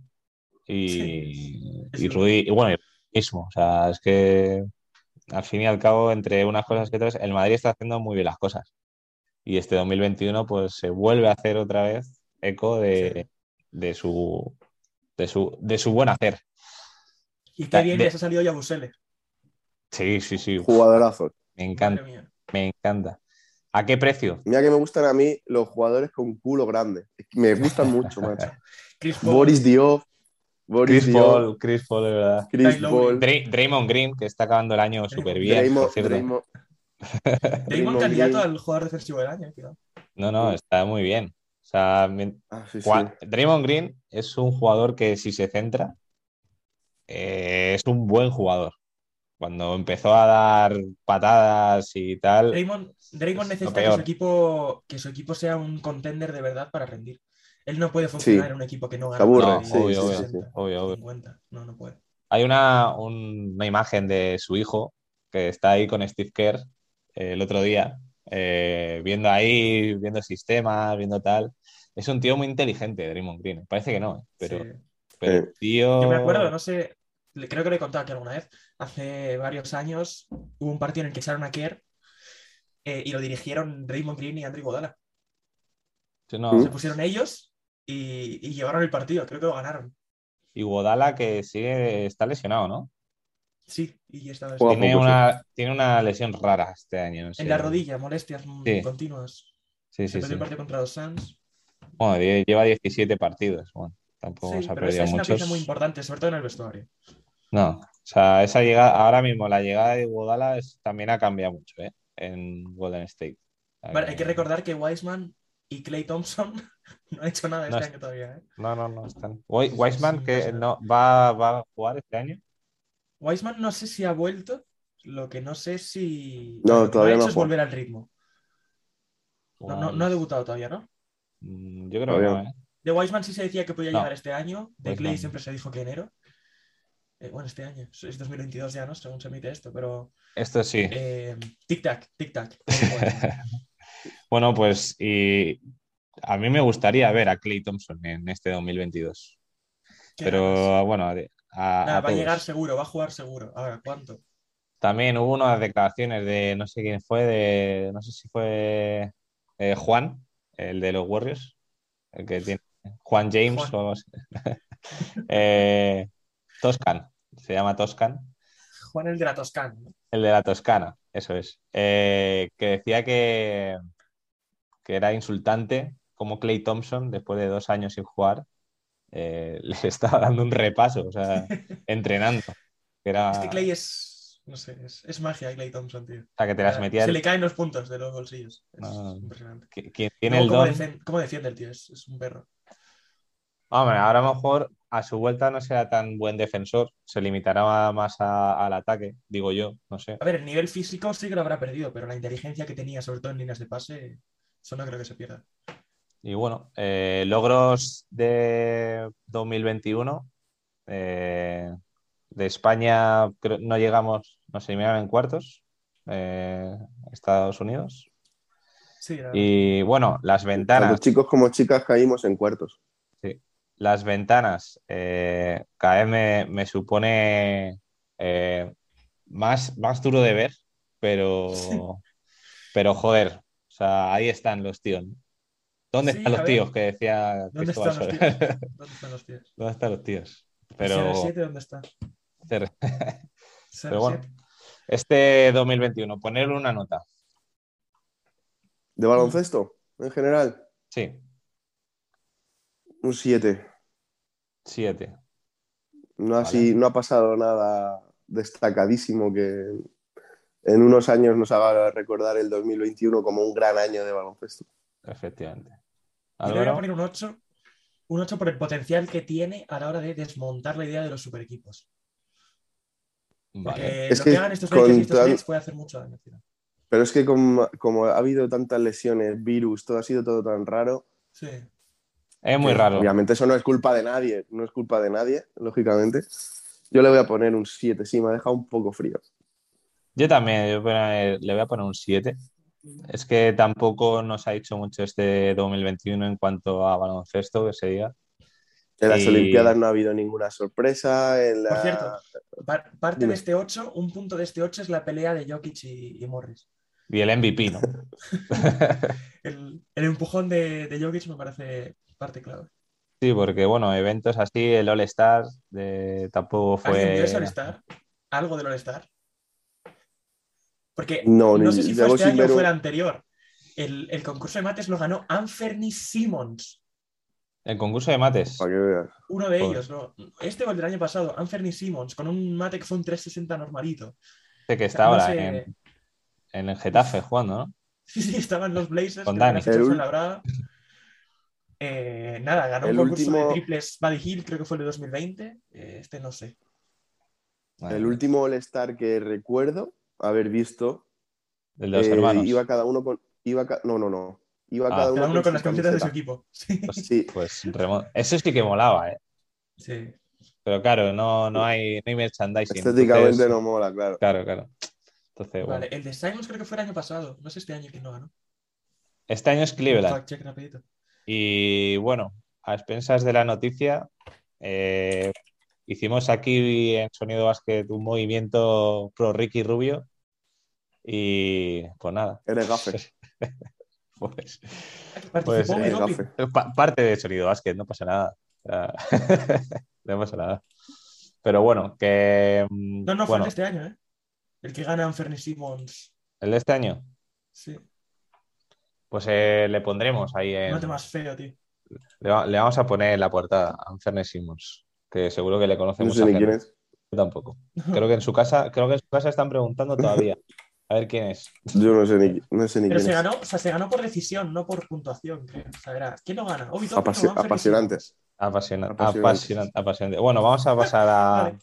[SPEAKER 2] Y,
[SPEAKER 4] Sí.
[SPEAKER 2] y Rudy, y bueno, y mismo. O sea, es que al fin y al cabo, entre unas cosas que otras, el Madrid está haciendo muy bien las cosas. Y este 2021, pues se vuelve a hacer otra vez eco de, de su, de, su, de su buen hacer.
[SPEAKER 4] Y qué bien
[SPEAKER 2] De-
[SPEAKER 4] les ha salido ya Busele.
[SPEAKER 2] Sí, sí, sí.
[SPEAKER 3] Jugadorazos.
[SPEAKER 2] Me encanta,
[SPEAKER 4] Madre mía.
[SPEAKER 2] me encanta. ¿A qué precio?
[SPEAKER 3] Mira que me gustan a mí los jugadores con culo grande. Me gustan mucho, macho.
[SPEAKER 4] Chris Paul,
[SPEAKER 3] Boris Diop, Boris
[SPEAKER 2] Chris
[SPEAKER 3] Diop,
[SPEAKER 2] Paul, Chris Paul, de verdad.
[SPEAKER 3] Chris
[SPEAKER 4] Kyle Lowry.
[SPEAKER 3] Paul,
[SPEAKER 2] Dray- Draymond Green, que está acabando el año súper bien,
[SPEAKER 3] Draymond,
[SPEAKER 2] por cierto.
[SPEAKER 3] Draymond-
[SPEAKER 4] Damon
[SPEAKER 3] Draymond
[SPEAKER 4] candidato
[SPEAKER 3] Green.
[SPEAKER 4] al jugador defensivo del año, cuidado.
[SPEAKER 2] No, no, está muy bien. O sea, mi-
[SPEAKER 3] Ah, sí, sí.
[SPEAKER 2] Gua- Draymond Green es un jugador que si se centra, eh, es un buen jugador. Cuando empezó a dar patadas y tal,
[SPEAKER 4] Draymond, Draymond
[SPEAKER 2] Es lo
[SPEAKER 4] necesita que
[SPEAKER 2] peor.
[SPEAKER 4] su, equipo, que su equipo sea un contender de verdad para rendir. Él no puede funcionar
[SPEAKER 3] Sí.
[SPEAKER 4] en un equipo que no gana.
[SPEAKER 3] Se aburre,
[SPEAKER 4] por
[SPEAKER 2] sí,
[SPEAKER 4] menos de
[SPEAKER 2] sí, sí,
[SPEAKER 4] 60,
[SPEAKER 2] sí. Obvio, obvio.
[SPEAKER 4] 50. No, no puede.
[SPEAKER 2] hay una, un- una imagen de su hijo que está ahí con Steve Kerr eh, el otro día, eh, viendo ahí, viendo sistemas, viendo tal. Es un tío muy inteligente, Draymond Green. Parece que no, ¿eh? pero,
[SPEAKER 4] Sí. Eh,
[SPEAKER 2] pero el tío...
[SPEAKER 4] Yo me acuerdo, no sé, le- creo que lo he contado aquí alguna vez, hace varios años hubo un partido en el que echaron a Kerr eh, y lo dirigieron Raymond Green y Andrew Godala.
[SPEAKER 2] Sí, no,
[SPEAKER 3] ¿Mm?
[SPEAKER 4] Se pusieron ellos y, y llevaron el partido, creo que lo ganaron.
[SPEAKER 2] Y Guadala que sigue, está lesionado, ¿no?
[SPEAKER 4] Sí, y ya estaba.
[SPEAKER 3] Poco a
[SPEAKER 2] Tiene
[SPEAKER 3] poco,
[SPEAKER 2] una, tiene una lesión rara este año. no sé.
[SPEAKER 4] En la rodilla, molestias mm,
[SPEAKER 2] Sí.
[SPEAKER 4] continuas.
[SPEAKER 2] Sí,
[SPEAKER 4] Se
[SPEAKER 2] sí,
[SPEAKER 4] perdió
[SPEAKER 2] sí.
[SPEAKER 4] el partido contra los Suns.
[SPEAKER 2] Bueno, die- lleva 17 partidos. Bueno, tampoco
[SPEAKER 4] Sí,
[SPEAKER 2] se ha
[SPEAKER 4] pero esa
[SPEAKER 2] perdido
[SPEAKER 4] es una
[SPEAKER 2] muchos.
[SPEAKER 4] pieza muy importante, sobre todo en el vestuario.
[SPEAKER 2] No, o sea, esa llegada, ahora mismo la llegada de Guadala también ha cambiado mucho, ¿eh? En Golden State.
[SPEAKER 4] Vale, hay que recordar que Wiseman y Clay Thompson no han hecho nada
[SPEAKER 2] No
[SPEAKER 4] este
[SPEAKER 2] es-
[SPEAKER 4] año todavía. ¿eh?
[SPEAKER 2] No, no, no están. Wi- Wiseman
[SPEAKER 4] sí,
[SPEAKER 2] que
[SPEAKER 4] sí.
[SPEAKER 2] no va, va a jugar este año.
[SPEAKER 4] Wiseman no sé si ha vuelto, lo que no sé si.
[SPEAKER 3] No,
[SPEAKER 4] lo que
[SPEAKER 3] todavía
[SPEAKER 4] ha
[SPEAKER 3] no
[SPEAKER 4] hecho es
[SPEAKER 3] juega.
[SPEAKER 4] volver al ritmo. No, no, no ha debutado todavía, ¿no?
[SPEAKER 2] Mm, Yo creo que no,
[SPEAKER 3] Todavía.
[SPEAKER 2] ¿eh?
[SPEAKER 4] De Wiseman sí se decía que podía
[SPEAKER 2] No.
[SPEAKER 4] llegar este año. De Clay
[SPEAKER 2] Wiseman.
[SPEAKER 4] siempre se dijo que enero. Eh, bueno, este año. Es 2022 ya, ¿no? Según se emite esto, pero.
[SPEAKER 2] Esto sí.
[SPEAKER 4] eh, tic-tac, tic-tac.
[SPEAKER 2] Bueno, pues y a mí me gustaría ver a Clay Thompson en este 2022.
[SPEAKER 4] Qué ganas.
[SPEAKER 2] Pero bueno, a, a-
[SPEAKER 4] Nada,
[SPEAKER 2] a
[SPEAKER 4] va a
[SPEAKER 2] todos.
[SPEAKER 4] llegar seguro, va a jugar seguro. Ahora, ¿cuánto?
[SPEAKER 2] También hubo unas declaraciones de no sé quién fue, de no sé si fue eh, Juan, el de los Warriors, el que tiene Juan James
[SPEAKER 4] Juan.
[SPEAKER 2] o algo así. Eh, Toscan, se llama Toscan,
[SPEAKER 4] Juan el de la Toscana. ¿no?
[SPEAKER 2] el de la Toscana, eso es. Eh, que decía que, que era insultante como Clay Thompson, después de dos años sin jugar, eh, les estaba dando un repaso, o sea, entrenando. Que era,
[SPEAKER 4] Es que Clay es. No sé, es, es magia Clay Thompson, tío.
[SPEAKER 2] o sea, que te las metía
[SPEAKER 4] Se
[SPEAKER 2] el-
[SPEAKER 4] le caen los puntos de los bolsillos. Es
[SPEAKER 2] No.
[SPEAKER 4] impresionante.
[SPEAKER 2] que- quien tiene
[SPEAKER 4] Luego,
[SPEAKER 2] el
[SPEAKER 4] ¿cómo,
[SPEAKER 2] don.
[SPEAKER 4] defen- cómo defiende el tío? Es, es un perro.
[SPEAKER 2] Hombre, ahora a lo mejor a su vuelta no será tan buen defensor, se limitará más a- al ataque, digo yo, no sé.
[SPEAKER 4] A ver, el nivel físico sí que lo habrá perdido, pero la inteligencia que tenía, sobre todo en líneas de pase, eso no creo que se pierda.
[SPEAKER 2] Y bueno, eh, logros de 2021. eh, de España creo- no llegamos, nos eliminaron en cuartos, eh, Estados Unidos.
[SPEAKER 4] Sí, la-
[SPEAKER 2] Y bueno, las
[SPEAKER 3] Tanto
[SPEAKER 2] ventanas,
[SPEAKER 3] chicos como chicas caímos en cuartos.
[SPEAKER 2] las ventanas eh, cada vez me, me supone eh, más, más duro de ver, pero,
[SPEAKER 4] Sí.
[SPEAKER 2] pero joder, o sea, ahí están los tíos. ¿Dónde
[SPEAKER 4] Sí,
[SPEAKER 2] están
[SPEAKER 4] a
[SPEAKER 2] los
[SPEAKER 4] ver.
[SPEAKER 2] tíos? Que decía
[SPEAKER 4] ¿Dónde
[SPEAKER 2] Cristóbal
[SPEAKER 4] están los
[SPEAKER 2] Soler.
[SPEAKER 4] tíos? ¿Dónde están los tíos?
[SPEAKER 2] ¿Dónde están los tíos?
[SPEAKER 4] ¿Cero
[SPEAKER 2] Pero,
[SPEAKER 4] siete dónde está?
[SPEAKER 2] Cero.
[SPEAKER 4] Cero
[SPEAKER 2] pero bueno,
[SPEAKER 4] siete.
[SPEAKER 2] este 2021, ponerle una nota.
[SPEAKER 3] ¿De baloncesto? En general,
[SPEAKER 2] Sí,
[SPEAKER 3] un 7.
[SPEAKER 2] siete.
[SPEAKER 3] No, así, no ha pasado nada destacadísimo que en unos años nos haga recordar el 2021 como un gran año de baloncesto.
[SPEAKER 2] efectivamente.
[SPEAKER 4] Yo le voy a
[SPEAKER 2] Álvaro,
[SPEAKER 4] poner un 8. Un 8 por el potencial que tiene a la hora de desmontar la idea de los super equipos. Porque
[SPEAKER 2] vale.
[SPEAKER 3] Es
[SPEAKER 4] lo
[SPEAKER 3] que
[SPEAKER 4] que hagan estos Lakers y estos
[SPEAKER 3] contra-
[SPEAKER 4] Nets puede hacer mucho daño. tío.
[SPEAKER 3] Pero es que como, como ha habido tantas lesiones, virus, todo ha sido todo tan raro.
[SPEAKER 4] Sí.
[SPEAKER 2] Es muy
[SPEAKER 3] que
[SPEAKER 2] raro.
[SPEAKER 3] Obviamente eso no es culpa de nadie, no es culpa de nadie, lógicamente. Yo le voy a poner un 7, sí, me ha dejado un poco frío.
[SPEAKER 2] Yo también yo voy a poner- le voy a poner un 7. Es que tampoco nos ha hecho mucho este 2021 en cuanto a baloncesto, que se diga.
[SPEAKER 3] En las
[SPEAKER 2] Y-
[SPEAKER 3] Olimpiadas no ha habido ninguna sorpresa. En la-
[SPEAKER 4] Por cierto, par- parte
[SPEAKER 3] Dime.
[SPEAKER 4] de este 8, un punto de este 8 es la pelea de Jokic y, y Morris.
[SPEAKER 2] Y el MVP, ¿no?
[SPEAKER 4] El, el empujón de, de Jokic me parece parte clave.
[SPEAKER 2] Sí, porque bueno, eventos así, el All-Star de... tampoco
[SPEAKER 4] ¿Alguien vio
[SPEAKER 2] fue.
[SPEAKER 4] ese All-Star? ¿Algo del All-Star? Porque
[SPEAKER 3] No,
[SPEAKER 4] no,
[SPEAKER 3] ni-
[SPEAKER 4] sé si fue
[SPEAKER 3] llevo
[SPEAKER 4] este
[SPEAKER 3] sin
[SPEAKER 4] año
[SPEAKER 3] ver
[SPEAKER 4] o fue
[SPEAKER 3] un-
[SPEAKER 4] el anterior. El, el concurso de mates lo ganó Anferny Simmons.
[SPEAKER 2] El concurso de mates.
[SPEAKER 3] Para que veas.
[SPEAKER 4] Uno de
[SPEAKER 2] Joder.
[SPEAKER 4] ellos, ¿no? Este o el del año pasado, Anferny Simmons, con un mate que fue un 360 normalito.
[SPEAKER 2] Este que
[SPEAKER 4] O
[SPEAKER 2] está
[SPEAKER 4] sea,
[SPEAKER 3] eh.
[SPEAKER 4] no
[SPEAKER 2] ahora
[SPEAKER 4] sé-
[SPEAKER 2] en, en el Getafe jugando, ¿no?
[SPEAKER 4] Sí, sí, estaban los Blazers.
[SPEAKER 2] Con
[SPEAKER 4] que habían
[SPEAKER 2] Dani.
[SPEAKER 4] fichado
[SPEAKER 3] El
[SPEAKER 4] por
[SPEAKER 3] ul-
[SPEAKER 4] Labrada. Eh, nada, ganó
[SPEAKER 3] El
[SPEAKER 4] un concurso
[SPEAKER 3] último-
[SPEAKER 4] de triples Buddy Hill, creo que fue el de 2020. Eh, este no sé.
[SPEAKER 2] Madre
[SPEAKER 3] El
[SPEAKER 2] mía.
[SPEAKER 3] último All-Star que recuerdo haber visto.
[SPEAKER 2] El de los
[SPEAKER 3] eh,
[SPEAKER 2] hermanos.
[SPEAKER 3] Iba cada uno con. Iba ca- No, no, no. Iba
[SPEAKER 2] Ah.
[SPEAKER 3] cada uno,
[SPEAKER 4] Cada uno con
[SPEAKER 3] su
[SPEAKER 4] las camisetas de su
[SPEAKER 3] camiseta.
[SPEAKER 4] equipo. Sí.
[SPEAKER 3] Sí,
[SPEAKER 2] Pues remo- Eso sí que molaba, ¿eh?
[SPEAKER 4] sí.
[SPEAKER 2] Pero claro, no, no, hay, no hay merchandising.
[SPEAKER 3] estéticamente
[SPEAKER 2] entonces-
[SPEAKER 3] no mola, claro.
[SPEAKER 2] Claro, claro. Entonces, bueno.
[SPEAKER 4] Vale, el de Simons creo que fue el año pasado. No sé este año quién no ganó.
[SPEAKER 2] Este año es Cleveland.
[SPEAKER 4] Fact check rapidito.
[SPEAKER 2] Y bueno, a expensas de la noticia, eh, hicimos aquí en Sonido Basket un movimiento pro Ricky Rubio. Y pues nada,
[SPEAKER 3] Eres gafe.
[SPEAKER 2] pues
[SPEAKER 4] Participó
[SPEAKER 2] eh,
[SPEAKER 4] Obi
[SPEAKER 3] Eres
[SPEAKER 4] Toppin.
[SPEAKER 3] gafe.
[SPEAKER 2] pa- parte de Sonido Basket, no pasa nada. O sea, no pasa nada. Pero bueno, que. mm,
[SPEAKER 4] No, no, fue
[SPEAKER 2] bueno,
[SPEAKER 4] el de este año, ¿eh? El que gana Fernie Simmons.
[SPEAKER 2] el de este año,
[SPEAKER 4] Sí.
[SPEAKER 2] pues eh, le pondremos ahí en.
[SPEAKER 4] No te más feo, tío.
[SPEAKER 2] Le, va- le vamos a poner en la portada a Anferne Simmons, que seguro que le
[SPEAKER 3] No
[SPEAKER 2] conocemos
[SPEAKER 3] sé
[SPEAKER 2] a
[SPEAKER 3] ni quién es.
[SPEAKER 2] Yo tampoco. Creo que en su casa, creo que en su casa están preguntando todavía. A ver quién es.
[SPEAKER 3] Yo no sé ni, no sé ni
[SPEAKER 4] Pero
[SPEAKER 3] quién
[SPEAKER 4] se
[SPEAKER 3] es.
[SPEAKER 4] ganó, o sea, se ganó por decisión, no por puntuación, creo. O sea, era, ¿quién lo gana? Obi Toppin. o
[SPEAKER 3] Apasio-
[SPEAKER 4] Anthony
[SPEAKER 3] apasionante.
[SPEAKER 4] Simmons?
[SPEAKER 2] Apasionante,
[SPEAKER 3] Apasionante.
[SPEAKER 2] apasionante, apasionante. Bueno, vamos a pasar a.
[SPEAKER 4] Vale.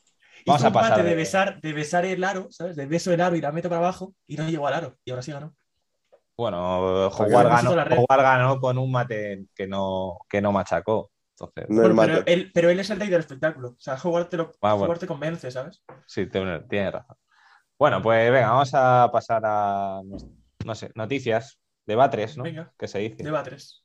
[SPEAKER 2] Vamos
[SPEAKER 4] Hizo
[SPEAKER 2] a
[SPEAKER 4] un
[SPEAKER 2] pasar
[SPEAKER 4] pate
[SPEAKER 2] de-
[SPEAKER 4] de besar, de besar el aro, ¿sabes? De beso el aro y la meto para abajo y no llegó al aro. Y ahora sí ganó.
[SPEAKER 2] Bueno,
[SPEAKER 3] Porque
[SPEAKER 2] Howard
[SPEAKER 4] le puso
[SPEAKER 2] ganó,
[SPEAKER 4] la red.
[SPEAKER 2] Howard ganó con un mate que no, que no machacó. Entonces,
[SPEAKER 3] No es
[SPEAKER 4] Bueno, pero,
[SPEAKER 3] mate.
[SPEAKER 4] él, pero él es el rey del espectáculo. O sea, Howard te, lo,
[SPEAKER 2] Ah, bueno.
[SPEAKER 4] Howard te convence, ¿sabes?
[SPEAKER 2] sí, te- tienes razón. Bueno, pues venga, vamos a pasar a. No sé, noticias, debates, ¿no?
[SPEAKER 4] Venga.
[SPEAKER 2] Que se dice.
[SPEAKER 4] Deba 3.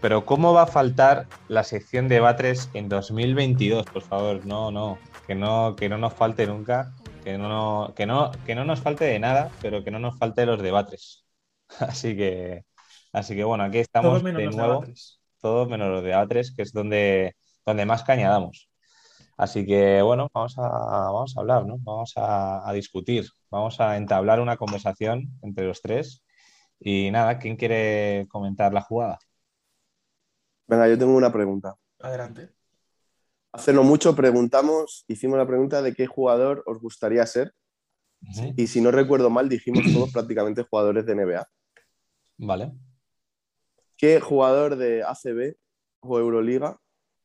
[SPEAKER 2] Pero ¿cómo va a faltar la sección de Batres en 2022? Por favor, no, no. Que no, que no nos falte nunca. Que no, que, no, que no nos falte de nada, pero que no nos falte los debates. Así que, así que bueno, aquí estamos
[SPEAKER 4] Todos menos
[SPEAKER 2] de
[SPEAKER 4] los
[SPEAKER 2] nuevo,
[SPEAKER 4] Deba 3.
[SPEAKER 2] todos menos los debates, que es donde, donde más caña damos. Así que bueno, vamos a, vamos a hablar, ¿no? Vamos a, a discutir, vamos a entablar una conversación entre los tres. Y nada, ¿quién quiere comentar la jugada?
[SPEAKER 3] Venga, yo tengo una pregunta.
[SPEAKER 4] Adelante.
[SPEAKER 3] Hace no mucho preguntamos, hicimos la pregunta de qué jugador os gustaría ser.
[SPEAKER 2] Ujú.
[SPEAKER 3] Y si no recuerdo mal, dijimos todos prácticamente jugadores de NBA.
[SPEAKER 2] Vale.
[SPEAKER 3] ¿Qué jugador de ACB o Euroliga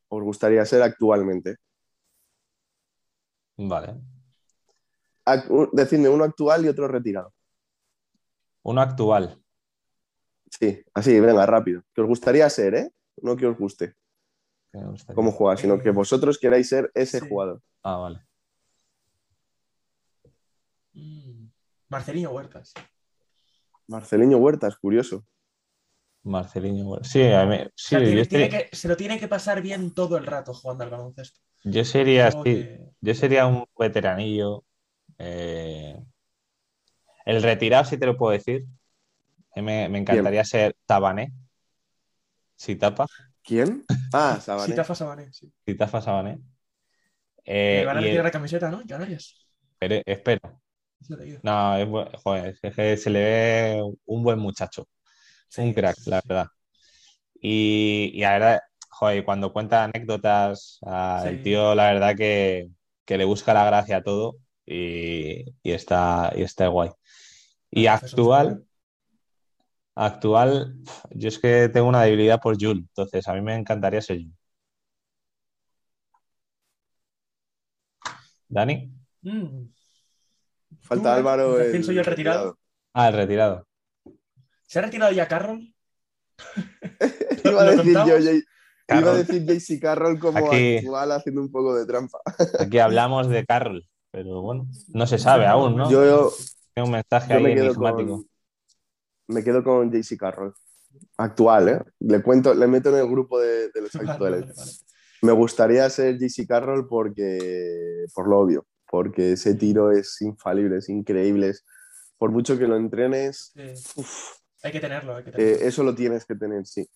[SPEAKER 3] os gustaría ser actualmente?
[SPEAKER 2] Vale.
[SPEAKER 3] Ac- u- Decidme uno actual y otro retirado.
[SPEAKER 2] Uno actual.
[SPEAKER 3] Sí, así, venga, rápido. Que os gustaría ser, ¿eh? No que os guste
[SPEAKER 2] que me gustaría.
[SPEAKER 3] cómo juega, sino que vosotros queráis ser ese
[SPEAKER 4] Sí.
[SPEAKER 3] jugador.
[SPEAKER 2] Ah, vale.
[SPEAKER 4] Mm. Marcelino Huertas.
[SPEAKER 3] Marceliño Huertas, curioso.
[SPEAKER 2] Marcelinho. bueno. Sí, a mí-
[SPEAKER 4] O
[SPEAKER 2] sí, este
[SPEAKER 4] sea, tiene-
[SPEAKER 2] yo,
[SPEAKER 4] tiene
[SPEAKER 2] sería-
[SPEAKER 4] que- se lo tiene que pasar bien todo el rato jugando al baloncesto.
[SPEAKER 2] yo sería
[SPEAKER 4] Algo
[SPEAKER 2] sí,
[SPEAKER 4] que-
[SPEAKER 2] Yo sería un veteranillo. eh, El retirado, si te lo puedo decir. A mí Me, me encantaría ser Tabané. Si tapa,
[SPEAKER 3] ¿Quién? Ah, Sabané.
[SPEAKER 4] Sí, Tafa Sabané, sí.
[SPEAKER 2] si tapa Sabané.
[SPEAKER 4] Le
[SPEAKER 2] Eh,
[SPEAKER 4] van a
[SPEAKER 2] y el-
[SPEAKER 4] retirar la camiseta, ¿no? En Canarias.
[SPEAKER 2] espere- espero.
[SPEAKER 4] Eso te digo.
[SPEAKER 2] No, es bu- joder, es que se le ve un buen muchacho. Un crack, la verdad. Y, y la verdad, joder, cuando cuenta anécdotas, ah, el
[SPEAKER 4] Sí.
[SPEAKER 2] tío, la verdad que, que le busca la gracia a todo y, y está, y está guay. Y
[SPEAKER 4] Entonces,
[SPEAKER 2] actual, actual, pf, yo es que tengo una debilidad por Jul, entonces a mí me encantaría ser Jul. ¿Dani?
[SPEAKER 4] Mm.
[SPEAKER 3] Falta
[SPEAKER 4] Tú,
[SPEAKER 3] Álvaro.
[SPEAKER 4] Martín, soy el retirado.
[SPEAKER 2] Ah, el retirado.
[SPEAKER 4] ¿Se ha retirado ya Carroll?
[SPEAKER 3] retirado. Iba a
[SPEAKER 4] ¿Lo
[SPEAKER 3] decir yo,
[SPEAKER 4] contamos?
[SPEAKER 3] Jay- iba a
[SPEAKER 2] Carroll.
[SPEAKER 3] decir JC Carroll como
[SPEAKER 2] Aquí-
[SPEAKER 3] actual haciendo un poco de trampa.
[SPEAKER 2] Aquí hablamos de Carroll, pero bueno, no se sabe aún, ¿no?
[SPEAKER 3] Yo,
[SPEAKER 2] Tiene un mensaje
[SPEAKER 3] Yo
[SPEAKER 2] ahí
[SPEAKER 3] me quedo,
[SPEAKER 2] enigmático.
[SPEAKER 3] con, me quedo con JC Carroll. Actual, ¿eh? Le cuento, le meto en el grupo de, de los
[SPEAKER 4] Vale,
[SPEAKER 3] actuales.
[SPEAKER 4] vale, vale.
[SPEAKER 3] Me gustaría ser JC Carroll porque, por lo obvio, porque ese tiro es infalible, es increíble. es- Por mucho que lo entrenes,
[SPEAKER 4] Sí.
[SPEAKER 3] uf,
[SPEAKER 4] Hay que tenerlo, hay que tenerlo.
[SPEAKER 3] eh, eso lo tienes que tener, sí.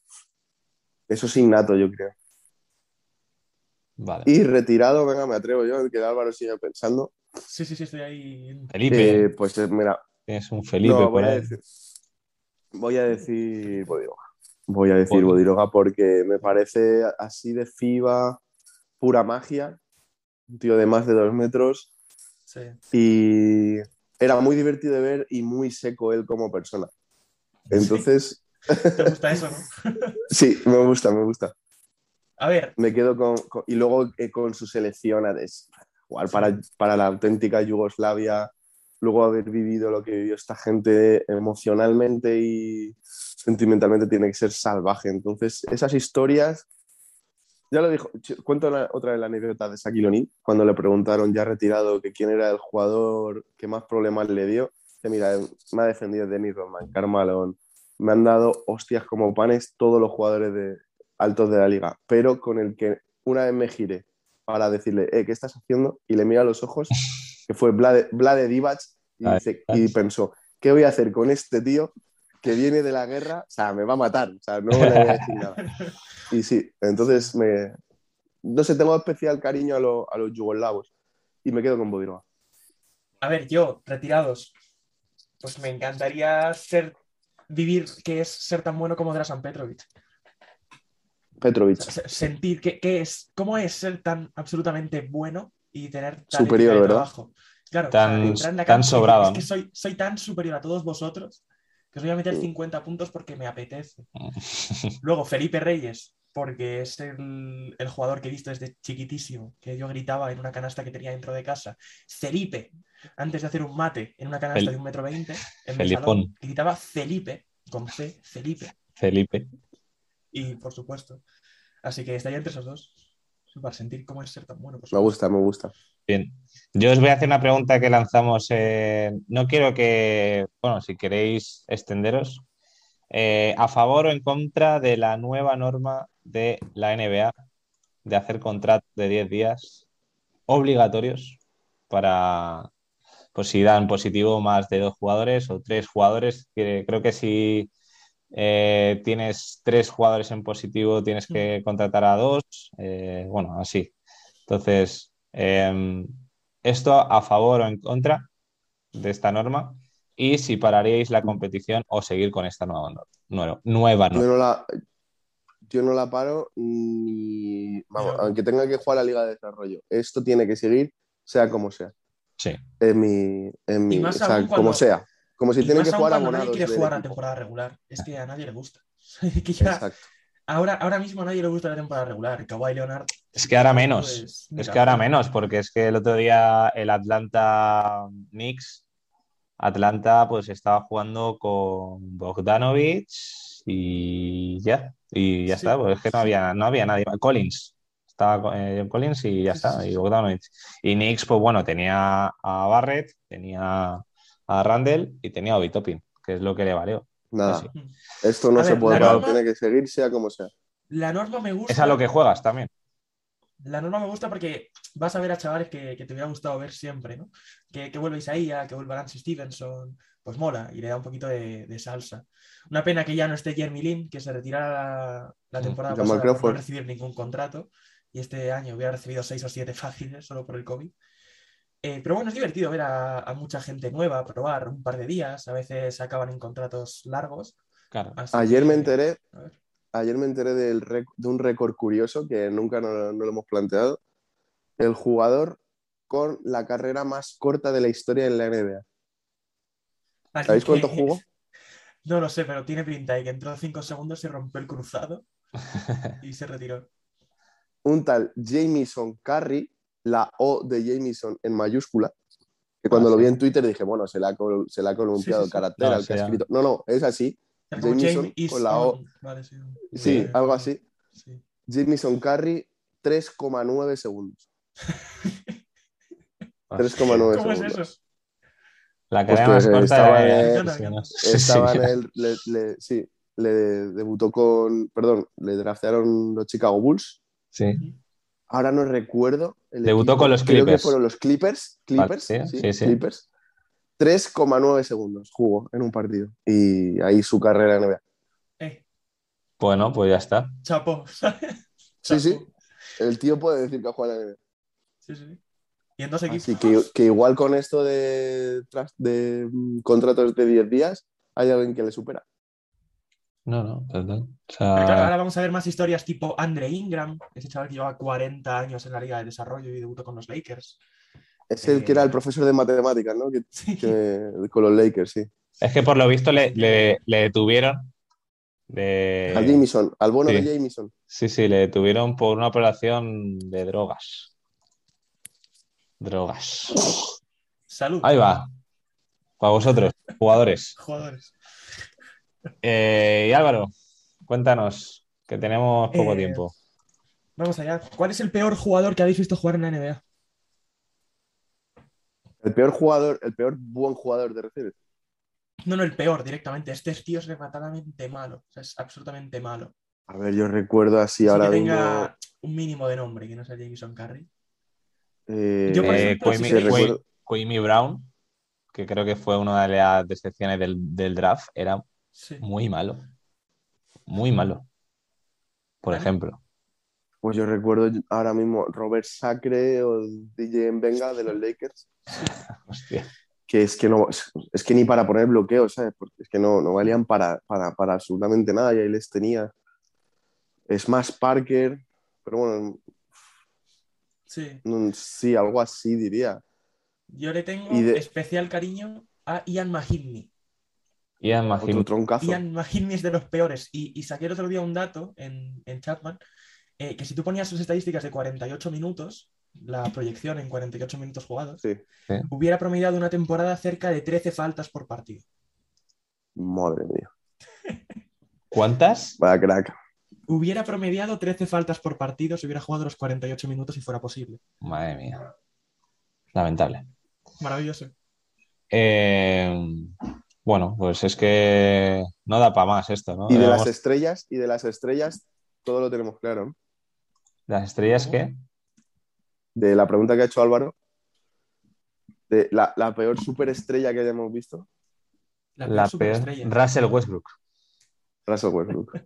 [SPEAKER 3] Eso es innato, yo creo.
[SPEAKER 2] Vale.
[SPEAKER 3] Y retirado, venga, me atrevo yo, que Álvaro siga pensando.
[SPEAKER 4] Sí, sí, sí, estoy ahí.
[SPEAKER 2] Felipe,
[SPEAKER 3] Eh, pues eh, mira,
[SPEAKER 2] tienes un Felipe
[SPEAKER 3] no, voy
[SPEAKER 2] por
[SPEAKER 3] a
[SPEAKER 2] ahí.
[SPEAKER 3] decir. Voy a decir. Bodiroga. Voy a decir Bodiroga porque me parece así de FIBA, pura magia. Un tío de más de dos metros.
[SPEAKER 4] Sí.
[SPEAKER 3] Y era muy divertido de ver y muy seco él como persona. Entonces,
[SPEAKER 4] ¿Te gusta eso, no?
[SPEAKER 3] sí, me gusta, me gusta.
[SPEAKER 4] A ver,
[SPEAKER 3] Me quedo con. con- y luego eh, con su selección, a des- igual para, para la auténtica Yugoslavia, luego haber vivido lo que vivió esta gente emocionalmente y sentimentalmente tiene que ser salvaje. Entonces, esas historias. Ya lo dijo, ch- cuento la- otra de la anécdota de Shaquille O'Neal, cuando le preguntaron ya retirado que quién era el jugador que más problemas le dio. Que mira, eh, me ha defendido Dennis Rodman, Carmalón, me han dado hostias como panes todos los jugadores de, altos de la liga, pero con el que una vez me giré para decirle, eh, ¿qué estás haciendo? Y le mira a los ojos, que fue Vlade, Vlade Divac, y,
[SPEAKER 2] Ahí
[SPEAKER 3] dice-
[SPEAKER 2] está.
[SPEAKER 3] y pensó, ¿qué voy a hacer con este tío que viene de la guerra? O sea, me va a matar, o sea, no le voy a decir nada. Y sí, entonces me... No sé, tengo especial cariño a, lo- a los yugoslavos y me quedo con Bodiroga.
[SPEAKER 4] a ver, yo, retirados. Pues me encantaría ser vivir que es ser tan bueno como Drasan Petrovic.
[SPEAKER 3] Petrovic,
[SPEAKER 4] Se- Sentir que, que es, cómo es ser tan absolutamente bueno y tener tan
[SPEAKER 3] Superior,
[SPEAKER 4] ética de
[SPEAKER 3] ¿verdad?
[SPEAKER 4] trabajo. Claro,
[SPEAKER 2] Tan-
[SPEAKER 4] o sea, entrar en la
[SPEAKER 2] tan
[SPEAKER 4] cancha y decir,
[SPEAKER 2] sobrado,
[SPEAKER 4] Es que
[SPEAKER 2] ¿no?
[SPEAKER 4] soy, soy tan superior a todos vosotros que os voy a meter
[SPEAKER 3] Sí.
[SPEAKER 4] 50 puntos porque me apetece. Luego, Felipe Reyes, porque es el, el jugador que he visto desde chiquitísimo, que yo gritaba en una canasta que tenía dentro de casa. Felipe, antes de hacer un mate en una canasta
[SPEAKER 2] Fel-
[SPEAKER 4] de un metro veinte, en mi
[SPEAKER 2] Felipón.
[SPEAKER 4] salón, gritaba Felipe, con C, Felipe,
[SPEAKER 2] Felipe.
[SPEAKER 4] y por supuesto. Así que estaría entre esos dos, para sentir cómo es ser tan bueno. por
[SPEAKER 3] me
[SPEAKER 4] supuesto.
[SPEAKER 3] gusta, me gusta.
[SPEAKER 2] Bien. Yo os voy a hacer una pregunta que lanzamos. en- No quiero que, bueno, si queréis extenderos, eh, a favor o en contra de la nueva norma de la NBA de hacer contratos de 10 días obligatorios para, pues si dan positivo más de dos jugadores o tres jugadores, que- creo que si eh, tienes tres jugadores en positivo tienes que contratar a dos, eh, bueno, así. Entonces, eh, esto a favor o en contra de esta norma y si pararíais la competición o seguir con esta nueva norma. Nueva, nueva
[SPEAKER 3] Yo
[SPEAKER 2] norma.
[SPEAKER 3] no la, yo no la paro ni. Vamos,
[SPEAKER 4] Yo-
[SPEAKER 3] aunque tenga que jugar a la Liga de Desarrollo. Esto tiene que seguir, sea como sea.
[SPEAKER 2] Sí.
[SPEAKER 3] Es mi. es mi-
[SPEAKER 4] más
[SPEAKER 3] o sea,
[SPEAKER 4] aún cuando-
[SPEAKER 3] como sea. Como si
[SPEAKER 4] Y
[SPEAKER 3] tienen
[SPEAKER 4] más
[SPEAKER 3] que
[SPEAKER 4] aún
[SPEAKER 3] jugar
[SPEAKER 4] cuando
[SPEAKER 3] abonados.
[SPEAKER 4] Nadie quiere
[SPEAKER 3] del
[SPEAKER 4] jugar la
[SPEAKER 3] equipo.
[SPEAKER 4] temporada regular. Es que a nadie le gusta. Que ya-
[SPEAKER 3] Exacto.
[SPEAKER 4] ahora, ahora mismo a nadie le gusta la temporada regular. Kawhi Leonard.
[SPEAKER 2] Es que ahora menos.
[SPEAKER 4] pues,
[SPEAKER 2] Es
[SPEAKER 4] mira,
[SPEAKER 2] que ahora menos, porque es que el otro día el Atlanta Knicks, Atlanta pues estaba jugando con Bogdanovich y ya, y ya
[SPEAKER 4] Sí.
[SPEAKER 2] está, pues es que no había, no había nadie, más. Collins, estaba co- eh, John Collins y ya
[SPEAKER 4] Sí,
[SPEAKER 2] está,
[SPEAKER 4] sí,
[SPEAKER 2] y
[SPEAKER 4] sí.
[SPEAKER 2] Bogdanovich. Y Knicks, pues bueno, tenía a Barrett, tenía a Randall y tenía a Bitopin, que es lo que le valió.
[SPEAKER 3] Nada.
[SPEAKER 2] Sí.
[SPEAKER 3] Esto no
[SPEAKER 4] Pues A
[SPEAKER 3] se
[SPEAKER 4] ver,
[SPEAKER 3] puede
[SPEAKER 2] la
[SPEAKER 3] parar.
[SPEAKER 4] norma-
[SPEAKER 3] Tiene que seguir, sea como sea.
[SPEAKER 4] La norma me gusta.
[SPEAKER 2] Es a lo que juegas también.
[SPEAKER 4] La norma me gusta porque vas a ver a chavales que, que te hubiera gustado ver siempre, ¿no? Que, que vuelva Isaías, que vuelva Lance Stevenson, pues mola y le da un poquito de, de salsa. Una pena que ya no esté Jeremy Lin, que se retirara la, la temporada
[SPEAKER 3] Mm, Jamal
[SPEAKER 4] pasada por
[SPEAKER 3] Crawford.
[SPEAKER 4] no recibir ningún contrato y este año hubiera recibido seis o siete fáciles solo por el COVID. Eh, pero bueno, es divertido ver a, a mucha gente nueva probar un par de días, a veces acaban en contratos largos.
[SPEAKER 2] Claro.
[SPEAKER 4] así
[SPEAKER 3] Ayer me
[SPEAKER 4] que-
[SPEAKER 3] enteré.
[SPEAKER 4] a ver.
[SPEAKER 3] Ayer me enteré del rec- de un récord curioso que nunca no, no lo hemos planteado. El jugador con la carrera más corta de la historia en la NBA.
[SPEAKER 4] Alguien
[SPEAKER 3] ¿Sabéis
[SPEAKER 4] que-
[SPEAKER 3] cuánto jugó?
[SPEAKER 4] No lo sé, pero tiene pinta de que entró cinco segundos, se rompió el cruzado y se retiró.
[SPEAKER 3] un tal Jamison Carry, la O de Jamison en mayúscula, que cuando
[SPEAKER 2] Ah,
[SPEAKER 3] lo
[SPEAKER 2] sí.
[SPEAKER 3] vi en Twitter dije, bueno, se le ha, col- se le ha columpiado
[SPEAKER 4] Sí, sí, sí.
[SPEAKER 3] el carácter
[SPEAKER 2] No,
[SPEAKER 3] al que ha
[SPEAKER 2] será.
[SPEAKER 3] escrito. No, no, es así.
[SPEAKER 4] Era como
[SPEAKER 3] Jamison
[SPEAKER 4] James is
[SPEAKER 3] con la O.
[SPEAKER 4] on. Vale, sí.
[SPEAKER 3] Sí,
[SPEAKER 4] Vale.
[SPEAKER 3] algo así.
[SPEAKER 4] Sí.
[SPEAKER 3] Jamison Carry, 3,9 segundos. 3,9
[SPEAKER 4] ¿Cómo es eso?
[SPEAKER 3] segundos.
[SPEAKER 2] La carrera más
[SPEAKER 3] Pues, pues,
[SPEAKER 2] corta
[SPEAKER 3] estaba
[SPEAKER 2] de-
[SPEAKER 4] en-
[SPEAKER 2] sí, no.
[SPEAKER 3] Estaba
[SPEAKER 2] Sí.
[SPEAKER 3] en el. Le, le- sí, le debutó con. Perdón, le draftearon los Chicago Bulls.
[SPEAKER 2] Sí.
[SPEAKER 3] Ahora no recuerdo. el
[SPEAKER 2] Debutó
[SPEAKER 3] equipo.
[SPEAKER 2] con los
[SPEAKER 3] Creo que
[SPEAKER 2] Clippers.
[SPEAKER 3] fueron los Clippers. Clippers.
[SPEAKER 2] Vale, sí,
[SPEAKER 3] sí,
[SPEAKER 2] sí, sí.
[SPEAKER 3] Clippers. 3,9 segundos jugó en un partido. Y ahí su carrera en NBA.
[SPEAKER 4] Eh,
[SPEAKER 2] Bueno, pues ya está.
[SPEAKER 4] chapo.
[SPEAKER 3] Sí,
[SPEAKER 4] Chapo.
[SPEAKER 3] sí. El tío puede decir que ha jugado en la NBA.
[SPEAKER 4] Sí, sí. Y en dos equipos.
[SPEAKER 3] Así que, que igual con esto de, tras- de mm, contratos de 10 días, hay alguien que le supera.
[SPEAKER 2] No, no, total. O sea,
[SPEAKER 4] Pero claro, ahora vamos a ver más historias tipo Andre Ingram, ese chaval que lleva 40 años en la Liga de Desarrollo y debutó con los Lakers.
[SPEAKER 3] Es el que era
[SPEAKER 4] Eh.
[SPEAKER 3] el profesor de matemáticas, ¿no? Que, que- con los Lakers, sí.
[SPEAKER 2] Es que por lo visto le, le- le detuvieron.
[SPEAKER 4] Eh.
[SPEAKER 2] de-
[SPEAKER 3] Al Jameson, al bono
[SPEAKER 2] sí.
[SPEAKER 3] de Jameson.
[SPEAKER 2] Sí, sí, le detuvieron por una operación de drogas. Drogas.
[SPEAKER 4] Salud.
[SPEAKER 2] Ahí va. Para vosotros, jugadores.
[SPEAKER 4] Jugadores.
[SPEAKER 2] Eh, y Álvaro, cuéntanos, que tenemos poco
[SPEAKER 4] Eh,
[SPEAKER 2] tiempo.
[SPEAKER 4] Vamos allá. ¿Cuál es el peor jugador que habéis visto jugar en la NBA?
[SPEAKER 3] El peor jugador, el peor buen jugador de refieres.
[SPEAKER 4] No, no, el peor directamente. Este tío es rematadamente malo. O sea, es absolutamente malo.
[SPEAKER 3] A ver, yo recuerdo así
[SPEAKER 4] Así
[SPEAKER 3] ahora
[SPEAKER 4] que
[SPEAKER 3] mismo.
[SPEAKER 4] tenga un mínimo de nombre, que no sea Jameson Curry.
[SPEAKER 3] eh,
[SPEAKER 4] Yo, por
[SPEAKER 2] Eh,
[SPEAKER 4] ejemplo,
[SPEAKER 2] Kwame-
[SPEAKER 4] si
[SPEAKER 3] se
[SPEAKER 2] Kwame-
[SPEAKER 4] queréis-
[SPEAKER 3] recuerda-
[SPEAKER 2] Kwame Brown, que creo que fue una de las decepciones del, del draft, era
[SPEAKER 4] Sí.
[SPEAKER 3] Mm.
[SPEAKER 2] muy malo. Muy malo. Por
[SPEAKER 4] Vale.
[SPEAKER 2] ejemplo.
[SPEAKER 3] Pues yo recuerdo ahora mismo Robert Sacre o DJ Benga de los Lakers,
[SPEAKER 2] Hostia.
[SPEAKER 3] que es que no es que ni para poner bloqueo, ¿sabes? Porque es que no, no valían para, para, para absolutamente nada y ahí les tenía. Es más Parker, pero bueno,
[SPEAKER 4] sí.
[SPEAKER 3] no- sí, algo así diría.
[SPEAKER 4] Yo le tengo
[SPEAKER 3] Y de-
[SPEAKER 4] especial cariño a Ian Mahimni.
[SPEAKER 2] Ian
[SPEAKER 3] Otro
[SPEAKER 2] Mahim-
[SPEAKER 3] troncazo.
[SPEAKER 4] Ian Mahimni es de los peores. Y, y saqué el otro día un dato en, en Chatman, eh, que si tú ponías sus estadísticas de 48 minutos, la proyección en 48 minutos jugados,
[SPEAKER 3] Sí.
[SPEAKER 2] Sí.
[SPEAKER 4] hubiera promediado una temporada cerca de 13 faltas por partido.
[SPEAKER 3] Madre mía,
[SPEAKER 2] ¿Cuántas?
[SPEAKER 3] vaya crack.
[SPEAKER 4] Hubiera promediado 13 faltas por partido si hubiera jugado los 48 minutos si fuera posible.
[SPEAKER 2] Madre mía. Lamentable.
[SPEAKER 4] Maravilloso.
[SPEAKER 2] Eh, bueno, pues es que no da para más esto, ¿no?
[SPEAKER 3] Y de
[SPEAKER 2] Llevamos-
[SPEAKER 3] las estrellas, y de las estrellas, todo lo tenemos claro. ¿no?
[SPEAKER 2] las estrellas
[SPEAKER 4] Oh,
[SPEAKER 2] que.
[SPEAKER 3] De la pregunta que ha hecho Álvaro, de la, la peor superestrella que hayamos visto,
[SPEAKER 2] La
[SPEAKER 4] La peor
[SPEAKER 2] peor.
[SPEAKER 4] superestrella.
[SPEAKER 2] Russell Westbrook.
[SPEAKER 3] Russell Westbrook.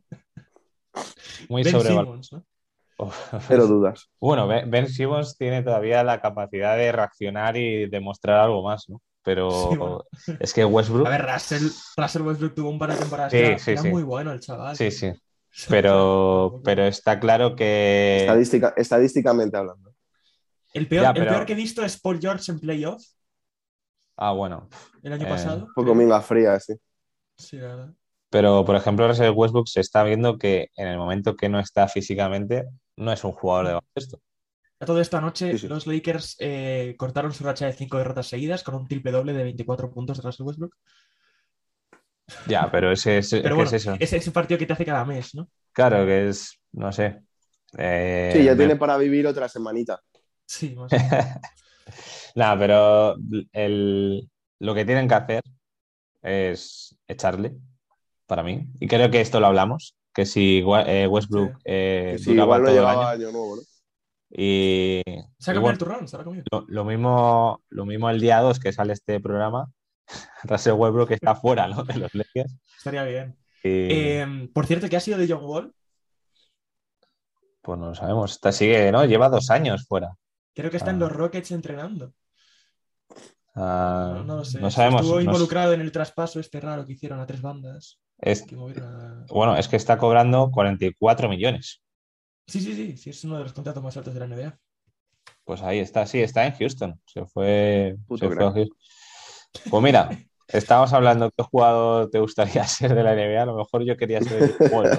[SPEAKER 2] Muy
[SPEAKER 4] Ben
[SPEAKER 2] sobrevalorado.
[SPEAKER 4] Simmons, ¿no?
[SPEAKER 3] Pero dudas.
[SPEAKER 2] Bueno, Ben, Ben Simmons tiene todavía la capacidad de reaccionar y demostrar algo más, ¿no? Pero
[SPEAKER 4] Sí, bueno.
[SPEAKER 2] es que Westbrook.
[SPEAKER 4] A ver, Russell, Russell Westbrook tuvo un par de temporadas.
[SPEAKER 2] Sí,
[SPEAKER 4] que era,
[SPEAKER 2] sí,
[SPEAKER 4] era
[SPEAKER 2] sí.
[SPEAKER 4] muy bueno el chaval.
[SPEAKER 2] Sí, sí. Pero, pero está claro
[SPEAKER 3] Eh.
[SPEAKER 2] que.
[SPEAKER 3] Estadística- estadísticamente hablando.
[SPEAKER 4] El peor,
[SPEAKER 2] Ya,
[SPEAKER 4] el
[SPEAKER 2] pero-
[SPEAKER 4] peor que he visto es Paul George en playoff
[SPEAKER 2] Ah, bueno.
[SPEAKER 4] el año
[SPEAKER 2] Eh,
[SPEAKER 4] pasado.
[SPEAKER 3] Un poco minga fría, sí.
[SPEAKER 4] Sí, la verdad.
[SPEAKER 2] Pero, por ejemplo, Russell Westbrook se está viendo que en el momento que no está físicamente, no es un jugador de baloncesto.
[SPEAKER 4] A todo esta noche,
[SPEAKER 3] Sí, sí.
[SPEAKER 4] los Lakers eh, cortaron su racha de cinco derrotas seguidas con un triple doble de 24 puntos de Russell Westbrook.
[SPEAKER 2] Ya, pero ese, ese-
[SPEAKER 4] Pero
[SPEAKER 2] es
[SPEAKER 4] bueno, eh
[SPEAKER 2] que es eso.
[SPEAKER 4] ese es el partido que te hace cada mes, ¿no?
[SPEAKER 2] Claro que es, no sé. Eh,
[SPEAKER 3] Sí, ya
[SPEAKER 2] Ben-
[SPEAKER 3] tiene para vivir otra semanita.
[SPEAKER 4] Sí, más o menos.
[SPEAKER 2] Nada, pero el- lo que tienen que hacer es echarle, para mí. Y creo que esto lo hablamos, que si Wa- eh, Westbrook
[SPEAKER 4] Sí.
[SPEAKER 2] eh,
[SPEAKER 3] Que sí,
[SPEAKER 2] duraba
[SPEAKER 3] igual no
[SPEAKER 2] todo el
[SPEAKER 3] llegaba
[SPEAKER 2] año
[SPEAKER 3] año nuevo, ¿no?
[SPEAKER 2] y
[SPEAKER 4] Se ha
[SPEAKER 2] y
[SPEAKER 4] comido
[SPEAKER 2] bueno,
[SPEAKER 4] el turrón, se lo ha comido.
[SPEAKER 2] lo, lo mismo, lo mismo el día 2 que sale este programa, Russell Westbrook está fuera, ¿no? de los Lakers.
[SPEAKER 4] Estaría bien.
[SPEAKER 2] Y,
[SPEAKER 4] Eh, por cierto, ¿qué ha sido de John Wall?
[SPEAKER 2] pues no lo sabemos. Está, sigue, ¿no? Lleva dos años fuera.
[SPEAKER 4] Creo que está
[SPEAKER 2] Ah.
[SPEAKER 4] en los Rockets entrenando.
[SPEAKER 2] Ah,
[SPEAKER 4] No, no lo sé.
[SPEAKER 2] sabemos.
[SPEAKER 4] Estuvo
[SPEAKER 2] no-
[SPEAKER 4] involucrado en el traspaso este raro que hicieron a tres bandas.
[SPEAKER 2] es-
[SPEAKER 4] que Ah. movieron a-
[SPEAKER 2] bueno, es que está cobrando 44 millones.
[SPEAKER 4] Sí, sí, sí, sí, es uno de los contratos más altos de la NBA.
[SPEAKER 2] Pues ahí está, sí, está en Houston. Se fue,
[SPEAKER 3] Puto
[SPEAKER 2] se fue a
[SPEAKER 3] crack.
[SPEAKER 2] Houston. Pues mira, estábamos hablando qué jugador te gustaría ser de la NBA. A lo mejor yo quería ser el Bueno,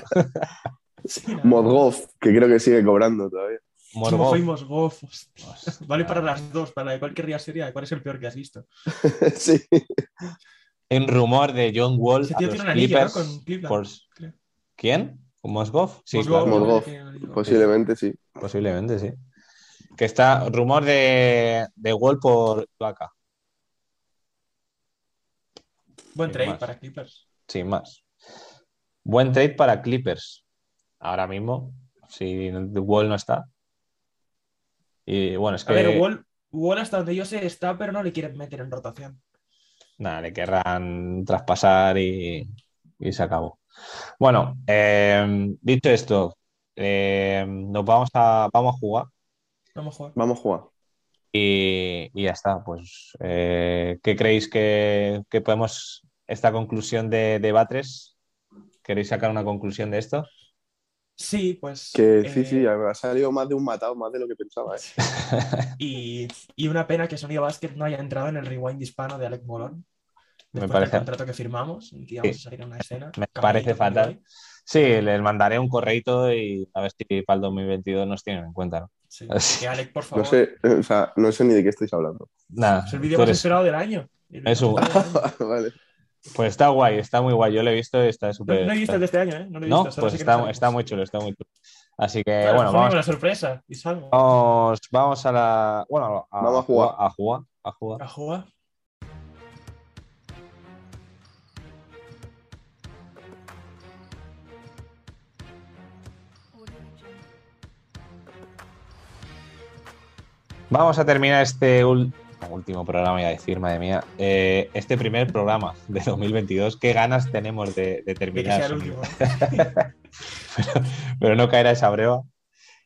[SPEAKER 4] Sí, la-
[SPEAKER 3] Modgov, que creo que sigue cobrando todavía.
[SPEAKER 4] Como
[SPEAKER 2] Morgov.
[SPEAKER 4] fuimos gofos.
[SPEAKER 2] Hostia.
[SPEAKER 4] Vale para las dos, para la de cualquier querrías sería, cuál es el peor que has visto.
[SPEAKER 3] sí.
[SPEAKER 2] En rumor de John Wall
[SPEAKER 4] Ese
[SPEAKER 2] a
[SPEAKER 4] tío
[SPEAKER 2] los
[SPEAKER 4] tiene un anillo, ¿no?
[SPEAKER 2] Clippers
[SPEAKER 4] Con Cleveland.
[SPEAKER 2] por-
[SPEAKER 4] creo.
[SPEAKER 2] ¿Quién? ¿Mosgov? Sí,
[SPEAKER 4] Pues
[SPEAKER 2] claro,
[SPEAKER 4] Goff,
[SPEAKER 3] Mosgov.
[SPEAKER 4] creo que tiene un anillo.
[SPEAKER 3] Posiblemente sí.
[SPEAKER 2] posiblemente, sí. Que está rumor de, de Wall por Vaca,
[SPEAKER 4] pues, Buen
[SPEAKER 2] Sin
[SPEAKER 4] trade
[SPEAKER 2] más.
[SPEAKER 4] para Clippers.
[SPEAKER 2] sin más. Buen trade para Clippers. Ahora mismo, si Wall no está. Y bueno, es
[SPEAKER 4] A
[SPEAKER 2] que.
[SPEAKER 3] Eh.
[SPEAKER 4] ver, Wall, Wall hasta donde yo sé está, pero no le quieren meter en rotación.
[SPEAKER 2] Nada, le querrán traspasar y, y se acabó. Bueno, eh, dicho esto, eh, nos vamos a, vamos a jugar
[SPEAKER 4] Vamos a jugar.
[SPEAKER 3] Vamos a jugar.
[SPEAKER 2] y, y ya está. Pues, eh, ¿qué creéis que, que podemos, esta conclusión de, de Batres? ¿Queréis sacar una conclusión de esto?
[SPEAKER 4] Sí, pues.
[SPEAKER 3] Que
[SPEAKER 4] eh,
[SPEAKER 3] sí, sí, ha salido más de un matado, más de lo que pensaba. ¿eh?
[SPEAKER 4] Y, y una pena que Sonido Basket no haya entrado en el rewind hispano de Alec Molón.
[SPEAKER 2] Me
[SPEAKER 4] Después
[SPEAKER 2] parece-
[SPEAKER 4] del contrato que firmamos, que íbamos
[SPEAKER 2] Sí.
[SPEAKER 4] a salir en una escena.
[SPEAKER 2] Me
[SPEAKER 4] Camarito
[SPEAKER 2] parece
[SPEAKER 4] con
[SPEAKER 2] fatal.
[SPEAKER 4] Ibai.
[SPEAKER 2] Sí, les mandaré un correito y a ver si para el 2022 nos tienen en cuenta. ¿no?
[SPEAKER 4] Sí.
[SPEAKER 2] Así.
[SPEAKER 4] Que Alec, por
[SPEAKER 3] No
[SPEAKER 4] favor.
[SPEAKER 3] sé, eh, o sea, no sé ni de qué estáis hablando.
[SPEAKER 2] Nada,
[SPEAKER 4] Es el vídeo
[SPEAKER 2] tú
[SPEAKER 4] más
[SPEAKER 2] eres-
[SPEAKER 4] esperado del año. El
[SPEAKER 2] Eso.
[SPEAKER 4] más esperado del año.
[SPEAKER 3] vale.
[SPEAKER 2] Pues está guay, está muy guay. Yo lo he visto y está
[SPEAKER 4] No,
[SPEAKER 2] súper.
[SPEAKER 4] no he visto el de este año, ¿eh? No lo
[SPEAKER 2] pues,
[SPEAKER 4] he
[SPEAKER 2] No,
[SPEAKER 4] visto. solo
[SPEAKER 2] pues
[SPEAKER 4] sé que
[SPEAKER 2] está,
[SPEAKER 4] sale.
[SPEAKER 2] está muy chulo, está muy chulo. Así que
[SPEAKER 4] Claro,
[SPEAKER 2] bueno,
[SPEAKER 4] fue
[SPEAKER 2] vamos, Oh.
[SPEAKER 4] una sorpresa y salgo.
[SPEAKER 2] vamos, vamos a la. Bueno, a,
[SPEAKER 3] Vamos a jugar.
[SPEAKER 2] A jugar, a jugar.
[SPEAKER 4] A jugar.
[SPEAKER 2] Vamos a terminar este ul- último programa, iba a decir, madre mía. Eh, este primer programa de 2022. Qué ganas tenemos de, de
[SPEAKER 4] De que
[SPEAKER 2] terminar.
[SPEAKER 4] sea el
[SPEAKER 2] Sonido.
[SPEAKER 4] último.
[SPEAKER 2] pero, pero no caerá esa breva.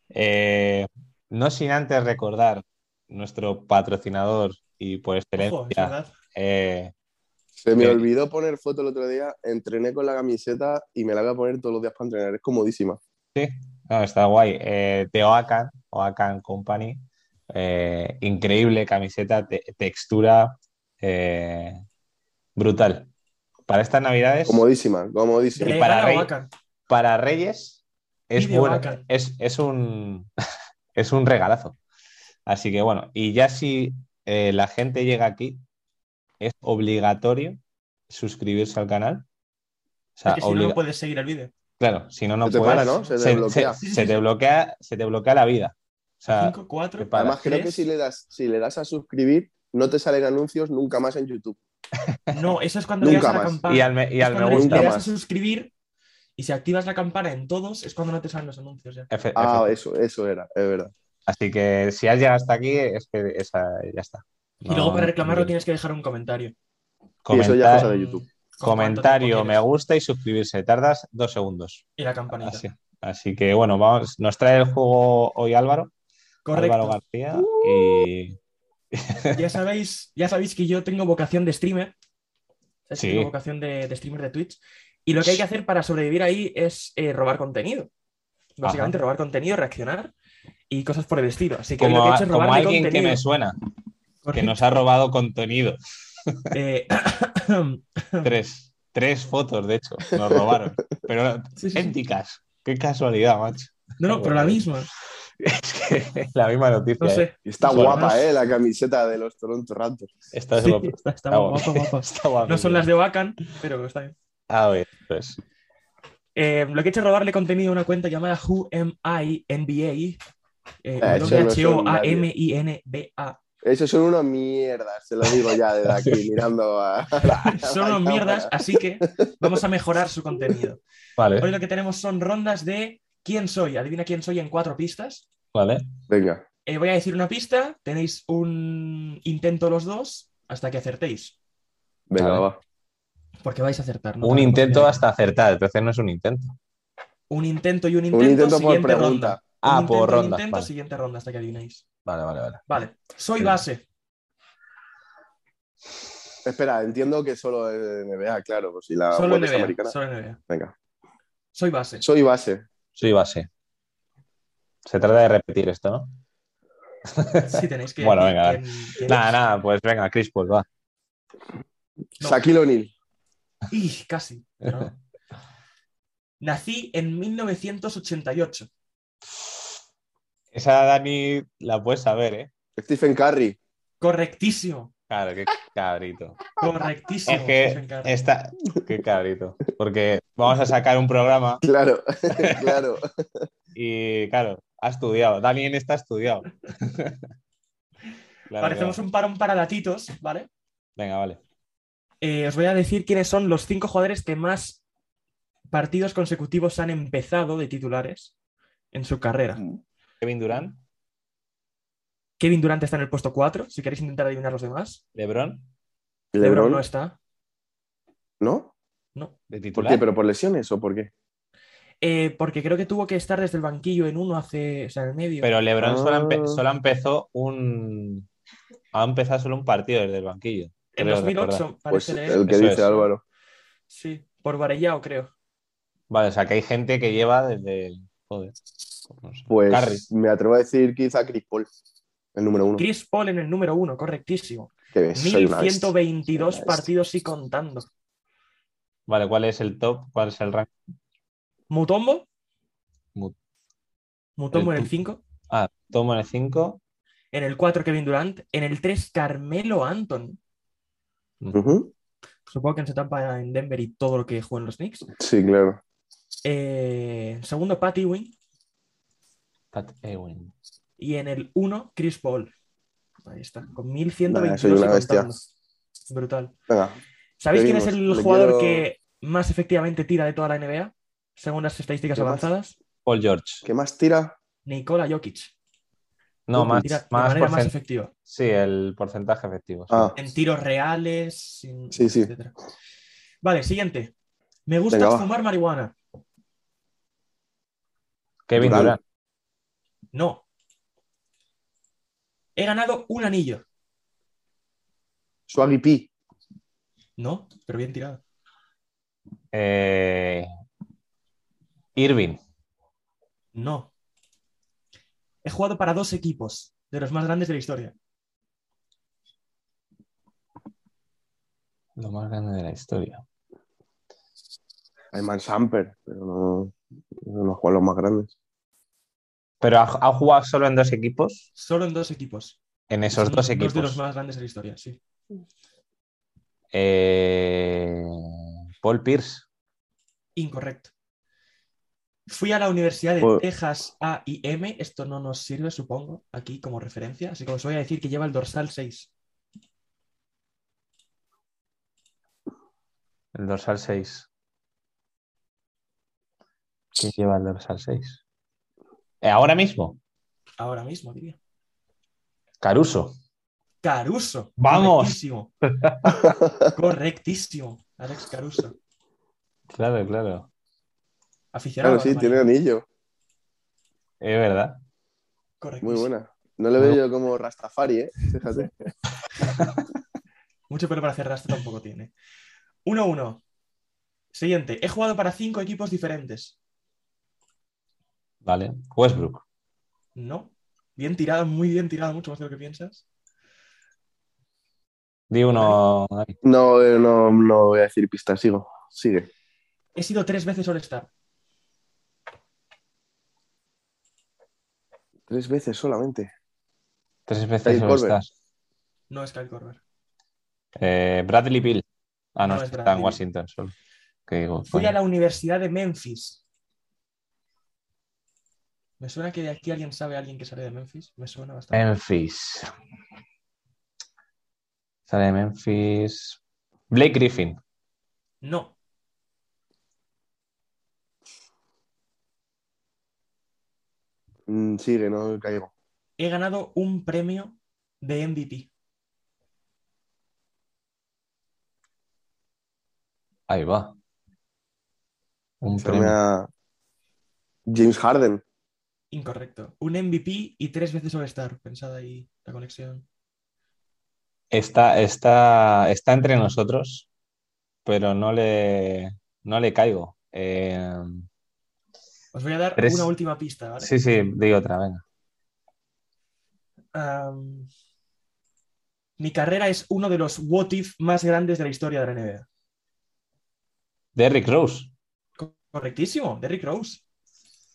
[SPEAKER 2] Eh, no sin antes recordar nuestro patrocinador y por
[SPEAKER 4] Ojo, es
[SPEAKER 2] excelencia,
[SPEAKER 4] verdad.
[SPEAKER 2] eh,
[SPEAKER 3] Se me
[SPEAKER 2] Eh.
[SPEAKER 3] olvidó poner foto el otro día, entrené con la camiseta y me la voy a poner todos los días para entrenar, es comodísima.
[SPEAKER 2] No, está guay. Eh, de Oakan, Oakan Company. eh, increíble camiseta, te- textura eh, brutal. Para estas navidades,
[SPEAKER 3] Comodísima, comodísima.
[SPEAKER 2] Y
[SPEAKER 4] Regala
[SPEAKER 2] para
[SPEAKER 4] a
[SPEAKER 2] Rey-
[SPEAKER 4] Wakan.
[SPEAKER 2] para Reyes, es
[SPEAKER 4] Y de
[SPEAKER 2] bueno,
[SPEAKER 4] Oakan.
[SPEAKER 2] es, es un, es un regalazo. Así que bueno, y ya si eh, la gente llega aquí, es obligatorio suscribirse al canal. O sea,
[SPEAKER 4] Es que si no,
[SPEAKER 2] obliga-
[SPEAKER 4] no puedes seguir el vídeo.
[SPEAKER 2] Claro, si no, no
[SPEAKER 3] Se te
[SPEAKER 2] puedes.
[SPEAKER 3] para, ¿no? Se te bloquea.
[SPEAKER 2] pues, se- se te bloquea, se te bloquea la vida. O sea,
[SPEAKER 4] 5, 4,
[SPEAKER 2] para
[SPEAKER 3] Además, creo que si le das, si le das a suscribir, no te salen anuncios nunca más en YouTube.
[SPEAKER 4] No, eso es cuando
[SPEAKER 3] Nunca
[SPEAKER 4] le das a la
[SPEAKER 3] más.
[SPEAKER 4] campana.
[SPEAKER 2] y al me, y
[SPEAKER 4] Es
[SPEAKER 2] al me
[SPEAKER 4] cuando le-
[SPEAKER 2] gusta.
[SPEAKER 4] le das
[SPEAKER 3] más.
[SPEAKER 4] a suscribir y si activas la campana en todos es cuando no te salen los anuncios ya.
[SPEAKER 2] Efe-
[SPEAKER 3] Ah,
[SPEAKER 2] efe-
[SPEAKER 3] eso, eso era, es verdad.
[SPEAKER 2] Así que si has llegado hasta aquí, es que esa, ya está.
[SPEAKER 4] Y
[SPEAKER 2] No,
[SPEAKER 4] luego para
[SPEAKER 2] no
[SPEAKER 4] reclamarlo
[SPEAKER 2] tienes-
[SPEAKER 4] tienes que dejar un comentario.
[SPEAKER 3] Y eso ya
[SPEAKER 2] comentar-
[SPEAKER 3] es cosa de YouTube.
[SPEAKER 4] Con cuánto tiempo
[SPEAKER 2] comentario, me Ah,
[SPEAKER 4] quieres.
[SPEAKER 2] gusta y suscribirse. Tardas dos segundos.
[SPEAKER 4] Y la campanita.
[SPEAKER 2] Así, así que bueno, vamos, nos trae el juego hoy Álvaro, Álvaro
[SPEAKER 4] Correcto. Uh,
[SPEAKER 2] García. Y
[SPEAKER 4] Ya sabéis, ya sabéis que yo tengo vocación de streamer. ¿Sabéis que
[SPEAKER 2] Sí.
[SPEAKER 4] Tengo vocación de, de streamer de Twitch. Y lo que hay que hacer para sobrevivir ahí es eh, robar contenido. Básicamente robar contenido, reaccionar y cosas por el estilo. Así que hoy lo
[SPEAKER 2] como,
[SPEAKER 4] que he
[SPEAKER 2] a-
[SPEAKER 4] hecho es
[SPEAKER 2] como
[SPEAKER 4] robar mi
[SPEAKER 2] alguien
[SPEAKER 4] contenido.
[SPEAKER 2] que me suena, que nos ha robado contenido.
[SPEAKER 4] Eh,
[SPEAKER 2] Tres, tres fotos, de hecho, nos robaron. Pero
[SPEAKER 4] sí, sí, sí.
[SPEAKER 2] énticas. Qué casualidad, macho.
[SPEAKER 4] No, no, pero la misma.
[SPEAKER 2] Es que es la misma noticia.
[SPEAKER 4] No
[SPEAKER 2] ¿eh?
[SPEAKER 4] sé.
[SPEAKER 3] Y Está
[SPEAKER 2] Bueno,
[SPEAKER 3] guapa,
[SPEAKER 4] no-
[SPEAKER 3] ¿eh? La camiseta de los Toronto Raptors.
[SPEAKER 2] Está
[SPEAKER 4] Sí,
[SPEAKER 2] guapo.
[SPEAKER 4] está, está
[SPEAKER 2] Está
[SPEAKER 4] guapo, guapo.
[SPEAKER 2] Está guapo.
[SPEAKER 4] No son las de Wakan, pero está bien.
[SPEAKER 2] A ver, pues.
[SPEAKER 4] Eh, lo que he hecho es robarle contenido a una cuenta llamada Who Am I NBA. Eh,
[SPEAKER 3] Ah, eso no son
[SPEAKER 4] W-H-O-A-M-I-N-B-A.
[SPEAKER 3] Eso son una mierda, se lo digo ya desde aquí, mirando a. a la- a la
[SPEAKER 4] Son unos
[SPEAKER 3] cámara.
[SPEAKER 4] mierdas, así que vamos a mejorar su contenido. Hoy
[SPEAKER 2] Vale,
[SPEAKER 4] lo que tenemos son rondas de quién soy. Adivina quién soy en cuatro pistas.
[SPEAKER 2] vale.
[SPEAKER 3] Venga,
[SPEAKER 4] Eh, voy a decir una pista, tenéis un intento los dos hasta que acertéis.
[SPEAKER 3] venga,
[SPEAKER 2] Vale.
[SPEAKER 3] va.
[SPEAKER 4] Porque vais a acertar. ¿no?
[SPEAKER 2] Un
[SPEAKER 4] Para
[SPEAKER 2] intento
[SPEAKER 4] continuar.
[SPEAKER 2] hasta acertar, entonces no es un intento.
[SPEAKER 4] Un intento y un intento.
[SPEAKER 3] Un intento por
[SPEAKER 4] siguiente
[SPEAKER 3] pregunta.
[SPEAKER 4] ronda.
[SPEAKER 2] Ah,
[SPEAKER 4] Un intento,
[SPEAKER 2] por
[SPEAKER 4] un
[SPEAKER 2] rondas.
[SPEAKER 4] intento,
[SPEAKER 2] vale.
[SPEAKER 4] siguiente ronda hasta que adivinéis.
[SPEAKER 2] Vale, vale, vale.
[SPEAKER 4] Vale. Soy
[SPEAKER 2] Sí.
[SPEAKER 4] base.
[SPEAKER 3] Espera, entiendo que solo es NBA, claro, pues si
[SPEAKER 2] Ah,
[SPEAKER 3] la
[SPEAKER 4] Solo
[SPEAKER 3] web es
[SPEAKER 4] NBA.
[SPEAKER 3] americana.
[SPEAKER 4] Solo NBA.
[SPEAKER 3] Venga.
[SPEAKER 4] Soy base.
[SPEAKER 3] Soy base.
[SPEAKER 2] Soy base. Se trata de repetir esto, ¿no?
[SPEAKER 4] Si tenéis que.
[SPEAKER 2] Bueno, venga,
[SPEAKER 4] quién- quién
[SPEAKER 2] Nada,
[SPEAKER 4] es.
[SPEAKER 2] nada, pues venga, Chris Paul, va.
[SPEAKER 4] No.
[SPEAKER 3] Shaquille O'Neal.
[SPEAKER 4] Ih, casi. pero no. Nací en 1988.
[SPEAKER 2] Esa Dani la puedes saber, ¿eh?
[SPEAKER 3] Stephen Curry.
[SPEAKER 4] Correctísimo.
[SPEAKER 2] Claro, qué cabrito.
[SPEAKER 4] Correctísimo.
[SPEAKER 2] Es que
[SPEAKER 4] Stephen Curry.
[SPEAKER 2] esta. Qué cabrito. Porque vamos a sacar un programa
[SPEAKER 3] Claro, claro.
[SPEAKER 2] y, claro, ha estudiado. Dani en esta ha estudiado. Claro,
[SPEAKER 4] Vale, hacemos
[SPEAKER 2] claro.
[SPEAKER 4] un parón para datitos, ¿vale?
[SPEAKER 2] Venga, vale.
[SPEAKER 4] Eh, os voy a decir quiénes son los cinco jugadores que más partidos consecutivos han empezado de titulares en su
[SPEAKER 2] Mm.
[SPEAKER 4] carrera.
[SPEAKER 2] Kevin Durant,
[SPEAKER 4] Kevin Durant está en el puesto 4, si queréis intentar adivinar los demás.
[SPEAKER 2] LeBron,
[SPEAKER 3] LeBron,
[SPEAKER 4] no está.
[SPEAKER 3] ¿no?
[SPEAKER 4] No.
[SPEAKER 2] de
[SPEAKER 3] ¿Por
[SPEAKER 2] titular.
[SPEAKER 3] qué? ¿Pero por lesiones o por qué?
[SPEAKER 4] Eh, porque creo que tuvo que estar desde el banquillo en uno hace, o sea, en el medio.
[SPEAKER 2] Pero LeBron solo, empe-
[SPEAKER 3] Ah.
[SPEAKER 2] solo empezó un. Ha empezado solo un partido desde el banquillo.
[SPEAKER 4] en
[SPEAKER 2] creo
[SPEAKER 4] 2008,
[SPEAKER 2] recordar.
[SPEAKER 4] parece
[SPEAKER 3] Pues
[SPEAKER 4] leer.
[SPEAKER 3] el que
[SPEAKER 2] Eso
[SPEAKER 3] dice
[SPEAKER 2] es.
[SPEAKER 3] Álvaro.
[SPEAKER 4] Sí, por Varellao, creo.
[SPEAKER 2] Vale, o sea que hay gente que lleva desde. Joder. no sé.
[SPEAKER 3] Pues
[SPEAKER 2] Curry.
[SPEAKER 3] me atrevo a decir quizá Chris Paul, el número uno.
[SPEAKER 4] Chris Paul en el número uno, correctísimo.
[SPEAKER 3] ¿Qué ves? Pues Soy una bestia.
[SPEAKER 4] 1122
[SPEAKER 3] Soy una
[SPEAKER 4] partidos y contando.
[SPEAKER 2] Vale, ¿cuál es el top? ¿Cuál es el rank?
[SPEAKER 4] ¿Mutombo?
[SPEAKER 2] Mu-
[SPEAKER 4] Mutombo
[SPEAKER 2] el
[SPEAKER 4] en el
[SPEAKER 2] tu-
[SPEAKER 4] 5.
[SPEAKER 2] Ah, Tomo en el 5.
[SPEAKER 4] En el 4, Kevin Durant. En el 3, Carmelo Anton.
[SPEAKER 2] Mm,
[SPEAKER 3] Ujú.
[SPEAKER 4] Supongo que en su etapa en Denver y todo lo que jugó en los Knicks.
[SPEAKER 3] Sí, claro.
[SPEAKER 4] Eh, en segundo, Patty Wing.
[SPEAKER 2] Pat Ewing.
[SPEAKER 4] Y en el 1, Chris Paul. Ahí está, con
[SPEAKER 3] Vale, soy
[SPEAKER 4] 1122
[SPEAKER 3] una
[SPEAKER 4] y
[SPEAKER 3] bestia.
[SPEAKER 4] contando. Brutal.
[SPEAKER 3] Venga,
[SPEAKER 4] ¿Sabéis quién es
[SPEAKER 3] Seguimos,
[SPEAKER 4] el
[SPEAKER 3] le
[SPEAKER 4] jugador
[SPEAKER 3] quiero-
[SPEAKER 4] que más efectivamente tira de toda la NBA? Según las estadísticas
[SPEAKER 3] ¿Qué más?
[SPEAKER 4] avanzadas,
[SPEAKER 2] Paul George.
[SPEAKER 3] ¿qué más tira?
[SPEAKER 4] Nikola Jokic.
[SPEAKER 2] No,
[SPEAKER 3] Uy,
[SPEAKER 2] más,
[SPEAKER 4] Tira de
[SPEAKER 2] más,
[SPEAKER 4] manera más
[SPEAKER 2] porcent-
[SPEAKER 4] efectiva.
[SPEAKER 2] Sí, el porcentaje efectivo. sí.
[SPEAKER 3] Ah,
[SPEAKER 4] En tiros reales, en-
[SPEAKER 3] Sí, sí.
[SPEAKER 4] etcétera. Vale, siguiente. Me gusta
[SPEAKER 3] Venga, va.
[SPEAKER 4] fumar marihuana.
[SPEAKER 2] Kevin
[SPEAKER 3] Durant.
[SPEAKER 2] Durant.
[SPEAKER 4] No. He ganado un anillo.
[SPEAKER 3] Swaggy P.
[SPEAKER 4] No, pero bien tirado.
[SPEAKER 2] Eh, Irving.
[SPEAKER 4] No. He jugado para dos equipos de los más grandes de la historia.
[SPEAKER 2] Lo más grande de la historia.
[SPEAKER 3] Ayman Samper, pero no, no juega los más grandes.
[SPEAKER 2] Pero ha, ha jugado solo en dos equipos.
[SPEAKER 4] Solo en dos equipos.
[SPEAKER 2] En esos
[SPEAKER 4] Son
[SPEAKER 2] dos
[SPEAKER 4] de los
[SPEAKER 2] equipos.
[SPEAKER 4] más grandes de la historia, sí.
[SPEAKER 2] Eh, Paul Pierce.
[SPEAKER 4] Incorrecto. Fui a la Universidad de
[SPEAKER 3] Joder.
[SPEAKER 4] Texas A y M. Esto no nos sirve, supongo, aquí como referencia. Así que os voy a decir que lleva el dorsal 6.
[SPEAKER 2] El dorsal 6. ¿Quién lleva el dorsal 6?
[SPEAKER 4] Eh,
[SPEAKER 2] ahora mismo.
[SPEAKER 4] Ahora mismo, diría.
[SPEAKER 2] Caruso.
[SPEAKER 4] Caruso.
[SPEAKER 2] ¡Vamos!
[SPEAKER 4] Correctísimo. Correctísimo. Alex Caruso.
[SPEAKER 2] Claro, claro.
[SPEAKER 4] Aficionado. ¿eh?
[SPEAKER 3] Claro, sí,
[SPEAKER 4] al amarillo.
[SPEAKER 3] tiene anillo.
[SPEAKER 2] Es verdad.
[SPEAKER 4] Correctísimo.
[SPEAKER 3] Muy buena. No le veo yo como Rastafari, ¿eh? Fíjate.
[SPEAKER 4] Mucho pelo para hacer rastro tampoco tiene. 1-1. Siguiente. He jugado para cinco equipos diferentes.
[SPEAKER 2] Vale. Westbrook.
[SPEAKER 4] No. Bien tirado, muy bien tirado, mucho más de lo que piensas.
[SPEAKER 2] Di uno. ahí.
[SPEAKER 3] No, eh, no, no voy a decir pista, sigo. Sigue.
[SPEAKER 4] He sido tres veces All-Star.
[SPEAKER 3] Tres veces solamente.
[SPEAKER 2] Tres
[SPEAKER 3] Dave
[SPEAKER 2] veces
[SPEAKER 3] Colbert.
[SPEAKER 2] estás.
[SPEAKER 4] No es Kyle Korver.
[SPEAKER 2] Eh, Bradley Bill. Ah, no,
[SPEAKER 4] No, es
[SPEAKER 2] está
[SPEAKER 4] Bradley
[SPEAKER 2] en
[SPEAKER 4] Beal.
[SPEAKER 2] Washington solo. Que digo,
[SPEAKER 4] Fui
[SPEAKER 2] coño.
[SPEAKER 4] a la Universidad de Memphis. Me suena que de aquí alguien sabe a alguien que sale de Memphis. Me suena bastante.
[SPEAKER 2] Memphis. Sale de Memphis. Blake Griffin.
[SPEAKER 4] No.
[SPEAKER 3] Mm, sigue, no caigo.
[SPEAKER 4] He ganado un premio de MVP.
[SPEAKER 2] Ahí va. Un
[SPEAKER 3] Se
[SPEAKER 2] premio.
[SPEAKER 3] me ha- James Harden.
[SPEAKER 4] Incorrecto. Un MVP y tres veces All-Star. Pensad ahí la conexión.
[SPEAKER 2] Está, está, está entre nosotros, pero no le, no le caigo. Eh,
[SPEAKER 4] Os voy a dar
[SPEAKER 2] Tres.
[SPEAKER 4] una última pista, ¿vale?
[SPEAKER 2] sí, sí, di otra, venga.
[SPEAKER 4] Am, mi carrera es uno de los what if más grandes de la historia de la NBA.
[SPEAKER 2] Derrick Rose.
[SPEAKER 4] Co- Correctísimo, Derrick Rose.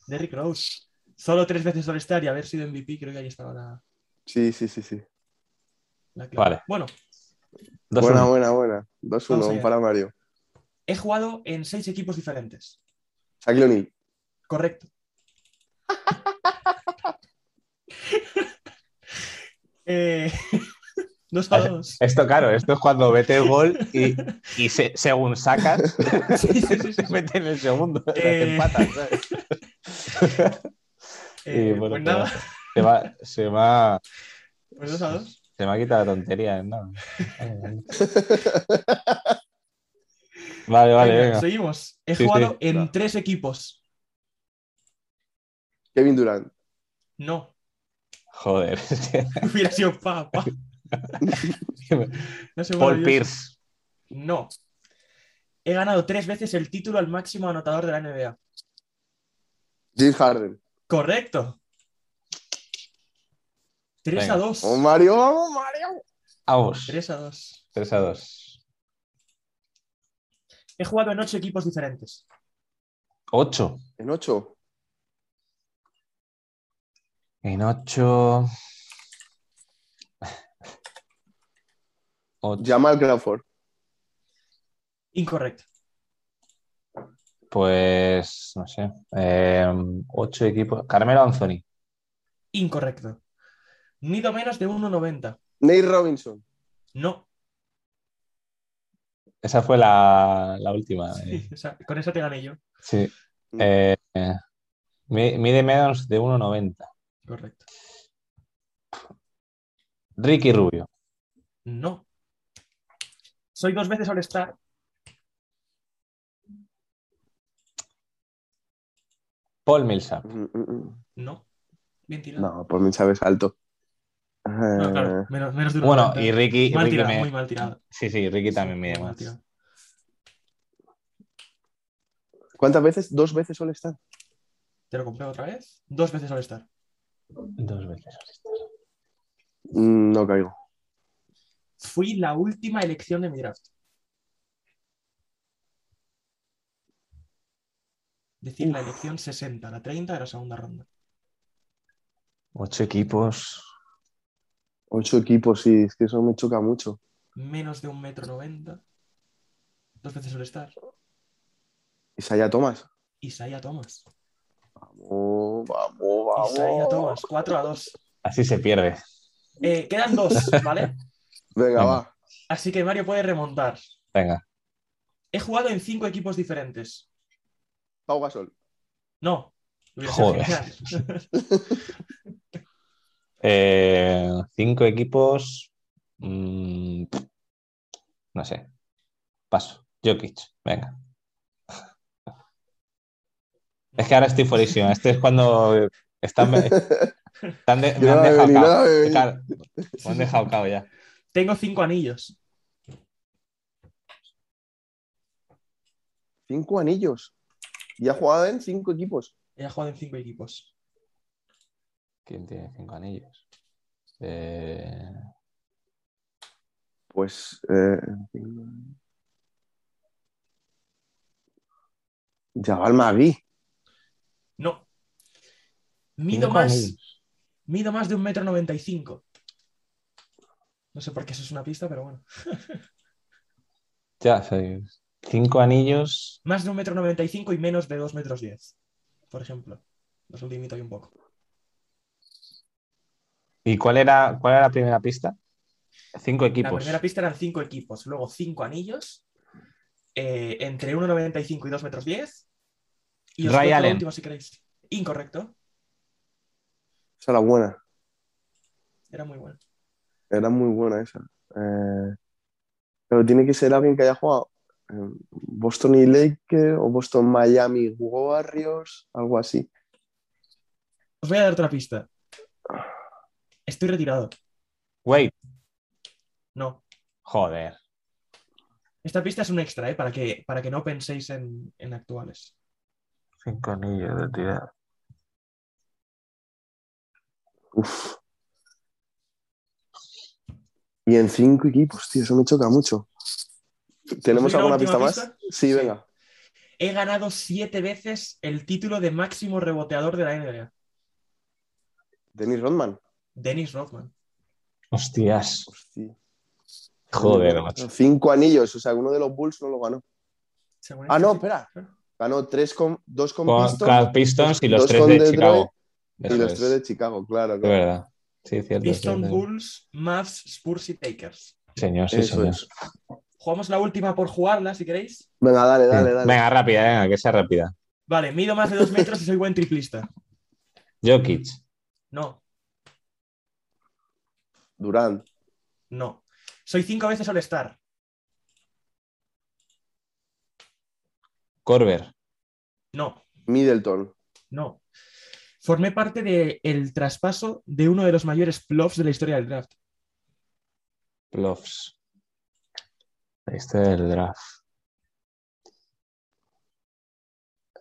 [SPEAKER 4] Derrick Rose. Solo tres veces All-Star y haber sido MVP, creo que ahí estaba la,
[SPEAKER 3] Sí, sí, sí, sí.
[SPEAKER 4] la clave.
[SPEAKER 2] Vale.
[SPEAKER 4] Bueno,
[SPEAKER 2] Dos
[SPEAKER 3] buena,
[SPEAKER 2] uno.
[SPEAKER 3] buena, buena. 2-1
[SPEAKER 4] Vamos allá.
[SPEAKER 3] para Mario.
[SPEAKER 4] he jugado en seis equipos diferentes.
[SPEAKER 3] Shaquille O'Neal.
[SPEAKER 4] Correcto. Eh, dos a dos.
[SPEAKER 2] Esto, claro, esto es cuando vete el gol y, y se- según sacas,
[SPEAKER 4] Sí, sí, sí, sí.
[SPEAKER 2] te meten el segundo.
[SPEAKER 4] Eh.
[SPEAKER 2] Te empatas, ¿sabes? Y,
[SPEAKER 4] Eh,
[SPEAKER 2] bueno,
[SPEAKER 4] pues
[SPEAKER 2] pero-
[SPEAKER 4] nada,
[SPEAKER 2] Se va, se va,
[SPEAKER 4] pues dos a dos.
[SPEAKER 2] se me ha quitado la tontería. ¿eh? No. Vale, vale. Vale, vale,
[SPEAKER 4] Venga,
[SPEAKER 2] venga.
[SPEAKER 4] Seguimos. He
[SPEAKER 2] Sí, sí.
[SPEAKER 4] jugado en
[SPEAKER 3] Claro.
[SPEAKER 4] tres equipos.
[SPEAKER 3] Kevin Durant.
[SPEAKER 4] No,
[SPEAKER 2] Joder. es que-
[SPEAKER 4] Hubiera sido pa, pa. No sé,
[SPEAKER 2] Paul
[SPEAKER 4] maravilloso.
[SPEAKER 2] Pierce.
[SPEAKER 4] No. he ganado tres veces el título al máximo anotador de la NBA.
[SPEAKER 3] James Harden.
[SPEAKER 4] Correcto. 3
[SPEAKER 2] Venga.
[SPEAKER 4] a 2.
[SPEAKER 3] ¡Oh, Mario! ¡Vamos, Mario!
[SPEAKER 2] Vamos.
[SPEAKER 4] 3 a 2.
[SPEAKER 2] 3 a 2.
[SPEAKER 4] He jugado en ocho equipos diferentes.
[SPEAKER 2] 8.
[SPEAKER 3] En 8.
[SPEAKER 2] En 8. 8.
[SPEAKER 3] Jamal Crawford.
[SPEAKER 4] Incorrecto.
[SPEAKER 2] Pues no sé. Eh, ocho equipos. Carmelo Anthony.
[SPEAKER 4] Incorrecto. Nido menos de 1,90.
[SPEAKER 3] Nate Robinson.
[SPEAKER 4] No.
[SPEAKER 2] Esa fue la, la última. eh.
[SPEAKER 4] O sea, con eso te gané yo.
[SPEAKER 2] Sí. Eh, eh, mi- mide menos de 1,90.
[SPEAKER 4] Correcto.
[SPEAKER 2] Ricky Rubio.
[SPEAKER 4] No. Soy dos veces All-Star.
[SPEAKER 2] Paul Millsap.
[SPEAKER 3] Mm, mm, mm.
[SPEAKER 4] No. Bien tirado.
[SPEAKER 3] No, por mí sabes alto. Eh,
[SPEAKER 4] No, claro, menos, menos de una
[SPEAKER 2] Bueno,
[SPEAKER 4] cuenta.
[SPEAKER 2] y Ricky,
[SPEAKER 4] mal
[SPEAKER 2] Ricky
[SPEAKER 4] tirado,
[SPEAKER 2] me-
[SPEAKER 4] eh. muy mal tirado.
[SPEAKER 2] Sí, sí, Ricky también
[SPEAKER 4] Muy
[SPEAKER 2] mide
[SPEAKER 4] mal
[SPEAKER 2] más.
[SPEAKER 4] tirado.
[SPEAKER 3] ¿Cuántas veces? ¿Dos veces suele estar?
[SPEAKER 4] Te lo compré otra vez. Dos veces All-Star.
[SPEAKER 2] Dos veces.
[SPEAKER 3] Mm, No caigo.
[SPEAKER 4] Fui la última elección de mi draft. Es decir, la elección 60, la 30 de la segunda ronda.
[SPEAKER 2] Ocho equipos.
[SPEAKER 3] Ocho equipos, sí, es que eso me choca mucho.
[SPEAKER 4] Menos de un metro noventa. Dos veces All-Star.
[SPEAKER 3] Isaiah Thomas.
[SPEAKER 4] Isaiah Thomas.
[SPEAKER 3] Vamos, vamos,
[SPEAKER 4] Isaiah
[SPEAKER 3] vamos.
[SPEAKER 4] Thomas, 4 a 2.
[SPEAKER 2] Así se pierde.
[SPEAKER 4] Eh, quedan dos, ¿vale?
[SPEAKER 3] Venga,
[SPEAKER 2] Venga.
[SPEAKER 3] va.
[SPEAKER 4] Así que Mario puede remontar.
[SPEAKER 2] Venga.
[SPEAKER 4] He jugado en cinco equipos diferentes.
[SPEAKER 3] Pau Gasol.
[SPEAKER 4] No. Hubiera sido
[SPEAKER 2] Joder.
[SPEAKER 4] genial.
[SPEAKER 2] Eh, cinco equipos. Mm, no sé. Paso. Jokic. Venga. Es que ahora estoy fuerísimo. Este es cuando están, están de- me
[SPEAKER 3] Yo
[SPEAKER 2] han
[SPEAKER 3] no eh, me
[SPEAKER 2] dejado
[SPEAKER 3] vení,
[SPEAKER 2] cao.
[SPEAKER 3] no me vení.
[SPEAKER 2] Claro, me han dejado cao ya.
[SPEAKER 4] Tengo cinco anillos.
[SPEAKER 3] Cinco anillos. Y ha jugado en cinco equipos.
[SPEAKER 4] He jugado en cinco equipos.
[SPEAKER 2] ¿Quién tiene cinco anillos? Eh,
[SPEAKER 3] Pues. Eh... cinco- Jabal Magui.
[SPEAKER 4] No. Mido
[SPEAKER 2] Cinco
[SPEAKER 4] más.
[SPEAKER 2] anillos.
[SPEAKER 4] Mido más de un metro noventa y cinco. No sé por qué eso es una pista, pero bueno.
[SPEAKER 2] ya, soy- cinco anillos.
[SPEAKER 4] Más de un metro noventa y cinco y menos de dos metros diez. Por ejemplo. Los limito ahí un poco.
[SPEAKER 2] ¿Y cuál era, cuál era la primera pista? Cinco
[SPEAKER 4] La
[SPEAKER 2] equipos.
[SPEAKER 4] primera pista eran cinco equipos, luego cinco anillos, eh, entre 1,95 y 2 metros 10. Y os
[SPEAKER 2] Ray
[SPEAKER 4] cuento la
[SPEAKER 2] Allen.
[SPEAKER 4] última si queréis. Incorrecto,
[SPEAKER 3] Esa era buena.
[SPEAKER 4] era muy bueno.
[SPEAKER 3] Era muy buena esa. Eh, Pero tiene que ser alguien que haya jugado. eh, Boston y Lakers o Boston Miami Warriors, algo así.
[SPEAKER 4] Os voy a dar otra pista. Estoy retirado.
[SPEAKER 2] Wait.
[SPEAKER 4] No.
[SPEAKER 2] Joder.
[SPEAKER 4] Esta pista es un extra, ¿eh? Para que, para que no penséis en, en actuales.
[SPEAKER 2] Cinco anillos de tirar.
[SPEAKER 3] Uf. Y en cinco equipos, tío, eso me choca mucho. ¿Tenemos
[SPEAKER 4] ¿Os doy la
[SPEAKER 3] alguna pista
[SPEAKER 4] última
[SPEAKER 3] más?
[SPEAKER 4] pista?
[SPEAKER 3] Sí,
[SPEAKER 4] Sí.
[SPEAKER 3] venga.
[SPEAKER 4] He ganado siete veces el título de máximo reboteador de la NBA.
[SPEAKER 3] Dennis Rodman.
[SPEAKER 4] Dennis Rodman.
[SPEAKER 2] Hostias.
[SPEAKER 3] Hostia.
[SPEAKER 2] Joder, macho.
[SPEAKER 3] Cinco anillos, o sea, uno de los Bulls no lo ganó.
[SPEAKER 4] Según
[SPEAKER 3] Ah,
[SPEAKER 4] esto,
[SPEAKER 3] no,
[SPEAKER 4] sí.
[SPEAKER 3] espera. Ganó tres con, dos con
[SPEAKER 2] Con
[SPEAKER 3] Pistons
[SPEAKER 2] Cal Pistons y los
[SPEAKER 3] dos
[SPEAKER 2] tres
[SPEAKER 3] con
[SPEAKER 2] de
[SPEAKER 3] Detroit
[SPEAKER 2] Chicago.
[SPEAKER 3] y
[SPEAKER 2] Eso
[SPEAKER 3] los
[SPEAKER 2] es.
[SPEAKER 3] tres de Chicago, claro.
[SPEAKER 2] De
[SPEAKER 3] claro.
[SPEAKER 2] verdad. Sí, cierto.
[SPEAKER 4] Pistons,
[SPEAKER 2] cierto.
[SPEAKER 4] Bulls, Mavs, Spurs y Takers.
[SPEAKER 2] Señor, sí,
[SPEAKER 3] Eso
[SPEAKER 2] señor.
[SPEAKER 3] es.
[SPEAKER 4] Jugamos la última por jugarla, si queréis.
[SPEAKER 3] Venga, dale, dale,
[SPEAKER 2] Sí.
[SPEAKER 3] dale.
[SPEAKER 2] Venga, rápida, venga, que sea rápida.
[SPEAKER 4] Vale, mido más de dos metros y soy buen triplista.
[SPEAKER 2] Jokic.
[SPEAKER 4] No,
[SPEAKER 3] Durant,
[SPEAKER 4] no. Soy cinco veces All-Star.
[SPEAKER 2] Corber.
[SPEAKER 4] No,
[SPEAKER 3] Middleton,
[SPEAKER 4] no. Formé parte del traspaso de uno de los mayores plops de la historia del draft.
[SPEAKER 2] Bluffs. Este es el draft.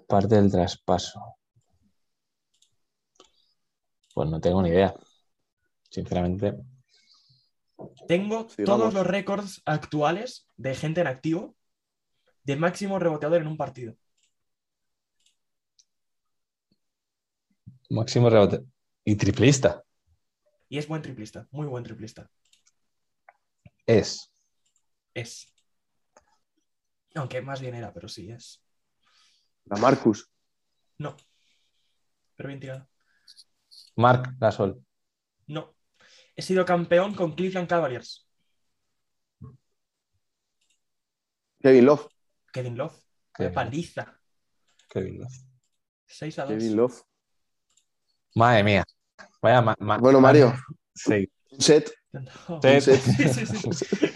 [SPEAKER 2] parte del traspaso. Pues no tengo ni idea. Sinceramente.
[SPEAKER 4] Tengo
[SPEAKER 3] Sí,
[SPEAKER 4] todos
[SPEAKER 3] vamos.
[SPEAKER 4] los récords actuales de gente en activo de máximo reboteador en un partido.
[SPEAKER 2] Máximo rebote. Y triplista
[SPEAKER 4] Y es buen triplista, muy buen triplista.
[SPEAKER 2] es.
[SPEAKER 4] Es. Aunque más bien era, pero sí es.
[SPEAKER 3] La Marcus.
[SPEAKER 4] No. Pero bien tirado.
[SPEAKER 2] Marc Gasol.
[SPEAKER 4] No. He sido campeón con Cleveland Cavaliers.
[SPEAKER 3] Kevin Love.
[SPEAKER 4] Kevin Love. Qué
[SPEAKER 2] Qué-
[SPEAKER 4] paliza.
[SPEAKER 2] qué lindo.
[SPEAKER 4] 6 a 2.
[SPEAKER 3] Kevin Love.
[SPEAKER 2] Madre mía. Vaya ma- ma-
[SPEAKER 3] Bueno, Mario,
[SPEAKER 2] Sí.
[SPEAKER 3] un set.
[SPEAKER 4] No.
[SPEAKER 2] Sí,
[SPEAKER 3] sí.
[SPEAKER 4] Sí, Oh. sí, sí.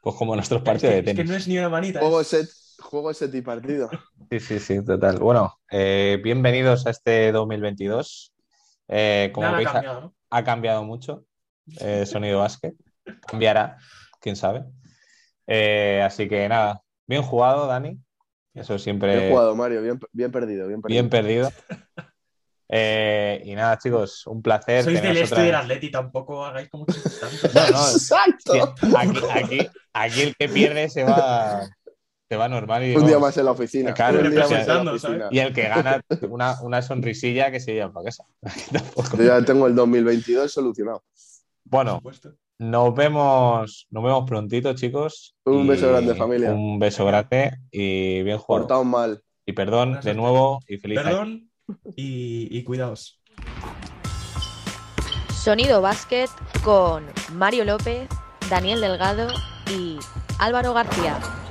[SPEAKER 2] Pues como nuestros
[SPEAKER 4] Es
[SPEAKER 2] partidos
[SPEAKER 4] que,
[SPEAKER 2] de
[SPEAKER 4] es que
[SPEAKER 2] tenis.
[SPEAKER 4] no es ni una manita.
[SPEAKER 3] Juego
[SPEAKER 4] es-
[SPEAKER 3] set. Juego set y partido.
[SPEAKER 2] Sí, sí, sí, total. Bueno, eh, bienvenidos a este 2022. Eh, como
[SPEAKER 4] Nada ha
[SPEAKER 2] veis, ha,
[SPEAKER 4] cambiado, ¿no?
[SPEAKER 2] ha cambiado mucho eh, sonido básquet. Cambiará, quién sabe. Eh, así que nada, bien jugado, Dani. Eso
[SPEAKER 3] Bien
[SPEAKER 2] siempre
[SPEAKER 3] jugado, Mario. Bien, bien perdido. Eh, Bien perdido.
[SPEAKER 2] bien perdido. Eh, y nada, chicos, un placer.
[SPEAKER 4] Sois del
[SPEAKER 2] teneros
[SPEAKER 4] este
[SPEAKER 2] otra
[SPEAKER 4] del
[SPEAKER 2] vez.
[SPEAKER 4] Atleti, tampoco hagáis como que sois tantos.
[SPEAKER 2] No, no,
[SPEAKER 3] ¡Exacto!
[SPEAKER 2] Sí, aquí, aquí- aquí el que pierde se va, se va normal y,
[SPEAKER 3] Un día
[SPEAKER 2] vamos,
[SPEAKER 3] más en la oficina.
[SPEAKER 2] Claro,
[SPEAKER 3] un día más en la
[SPEAKER 4] representando,
[SPEAKER 3] oficina.
[SPEAKER 2] y el que gana una, una sonrisilla que se lleva para casa. Tampoco.
[SPEAKER 3] Yo ya tengo el 2022 solucionado.
[SPEAKER 4] Por
[SPEAKER 2] Bueno,
[SPEAKER 4] supuesto.
[SPEAKER 2] nos vemos, nos vemos prontito, chicos.
[SPEAKER 3] Un
[SPEAKER 2] Y
[SPEAKER 3] beso grande, familia.
[SPEAKER 2] Un beso grande y bien jugado.
[SPEAKER 3] Cortado mal.
[SPEAKER 2] Y perdón de nuevo y feliz año.
[SPEAKER 4] Perdón y, y cuidaos.
[SPEAKER 1] Sonido Básquet con Mario López, Daniel Delgado y Álvaro García.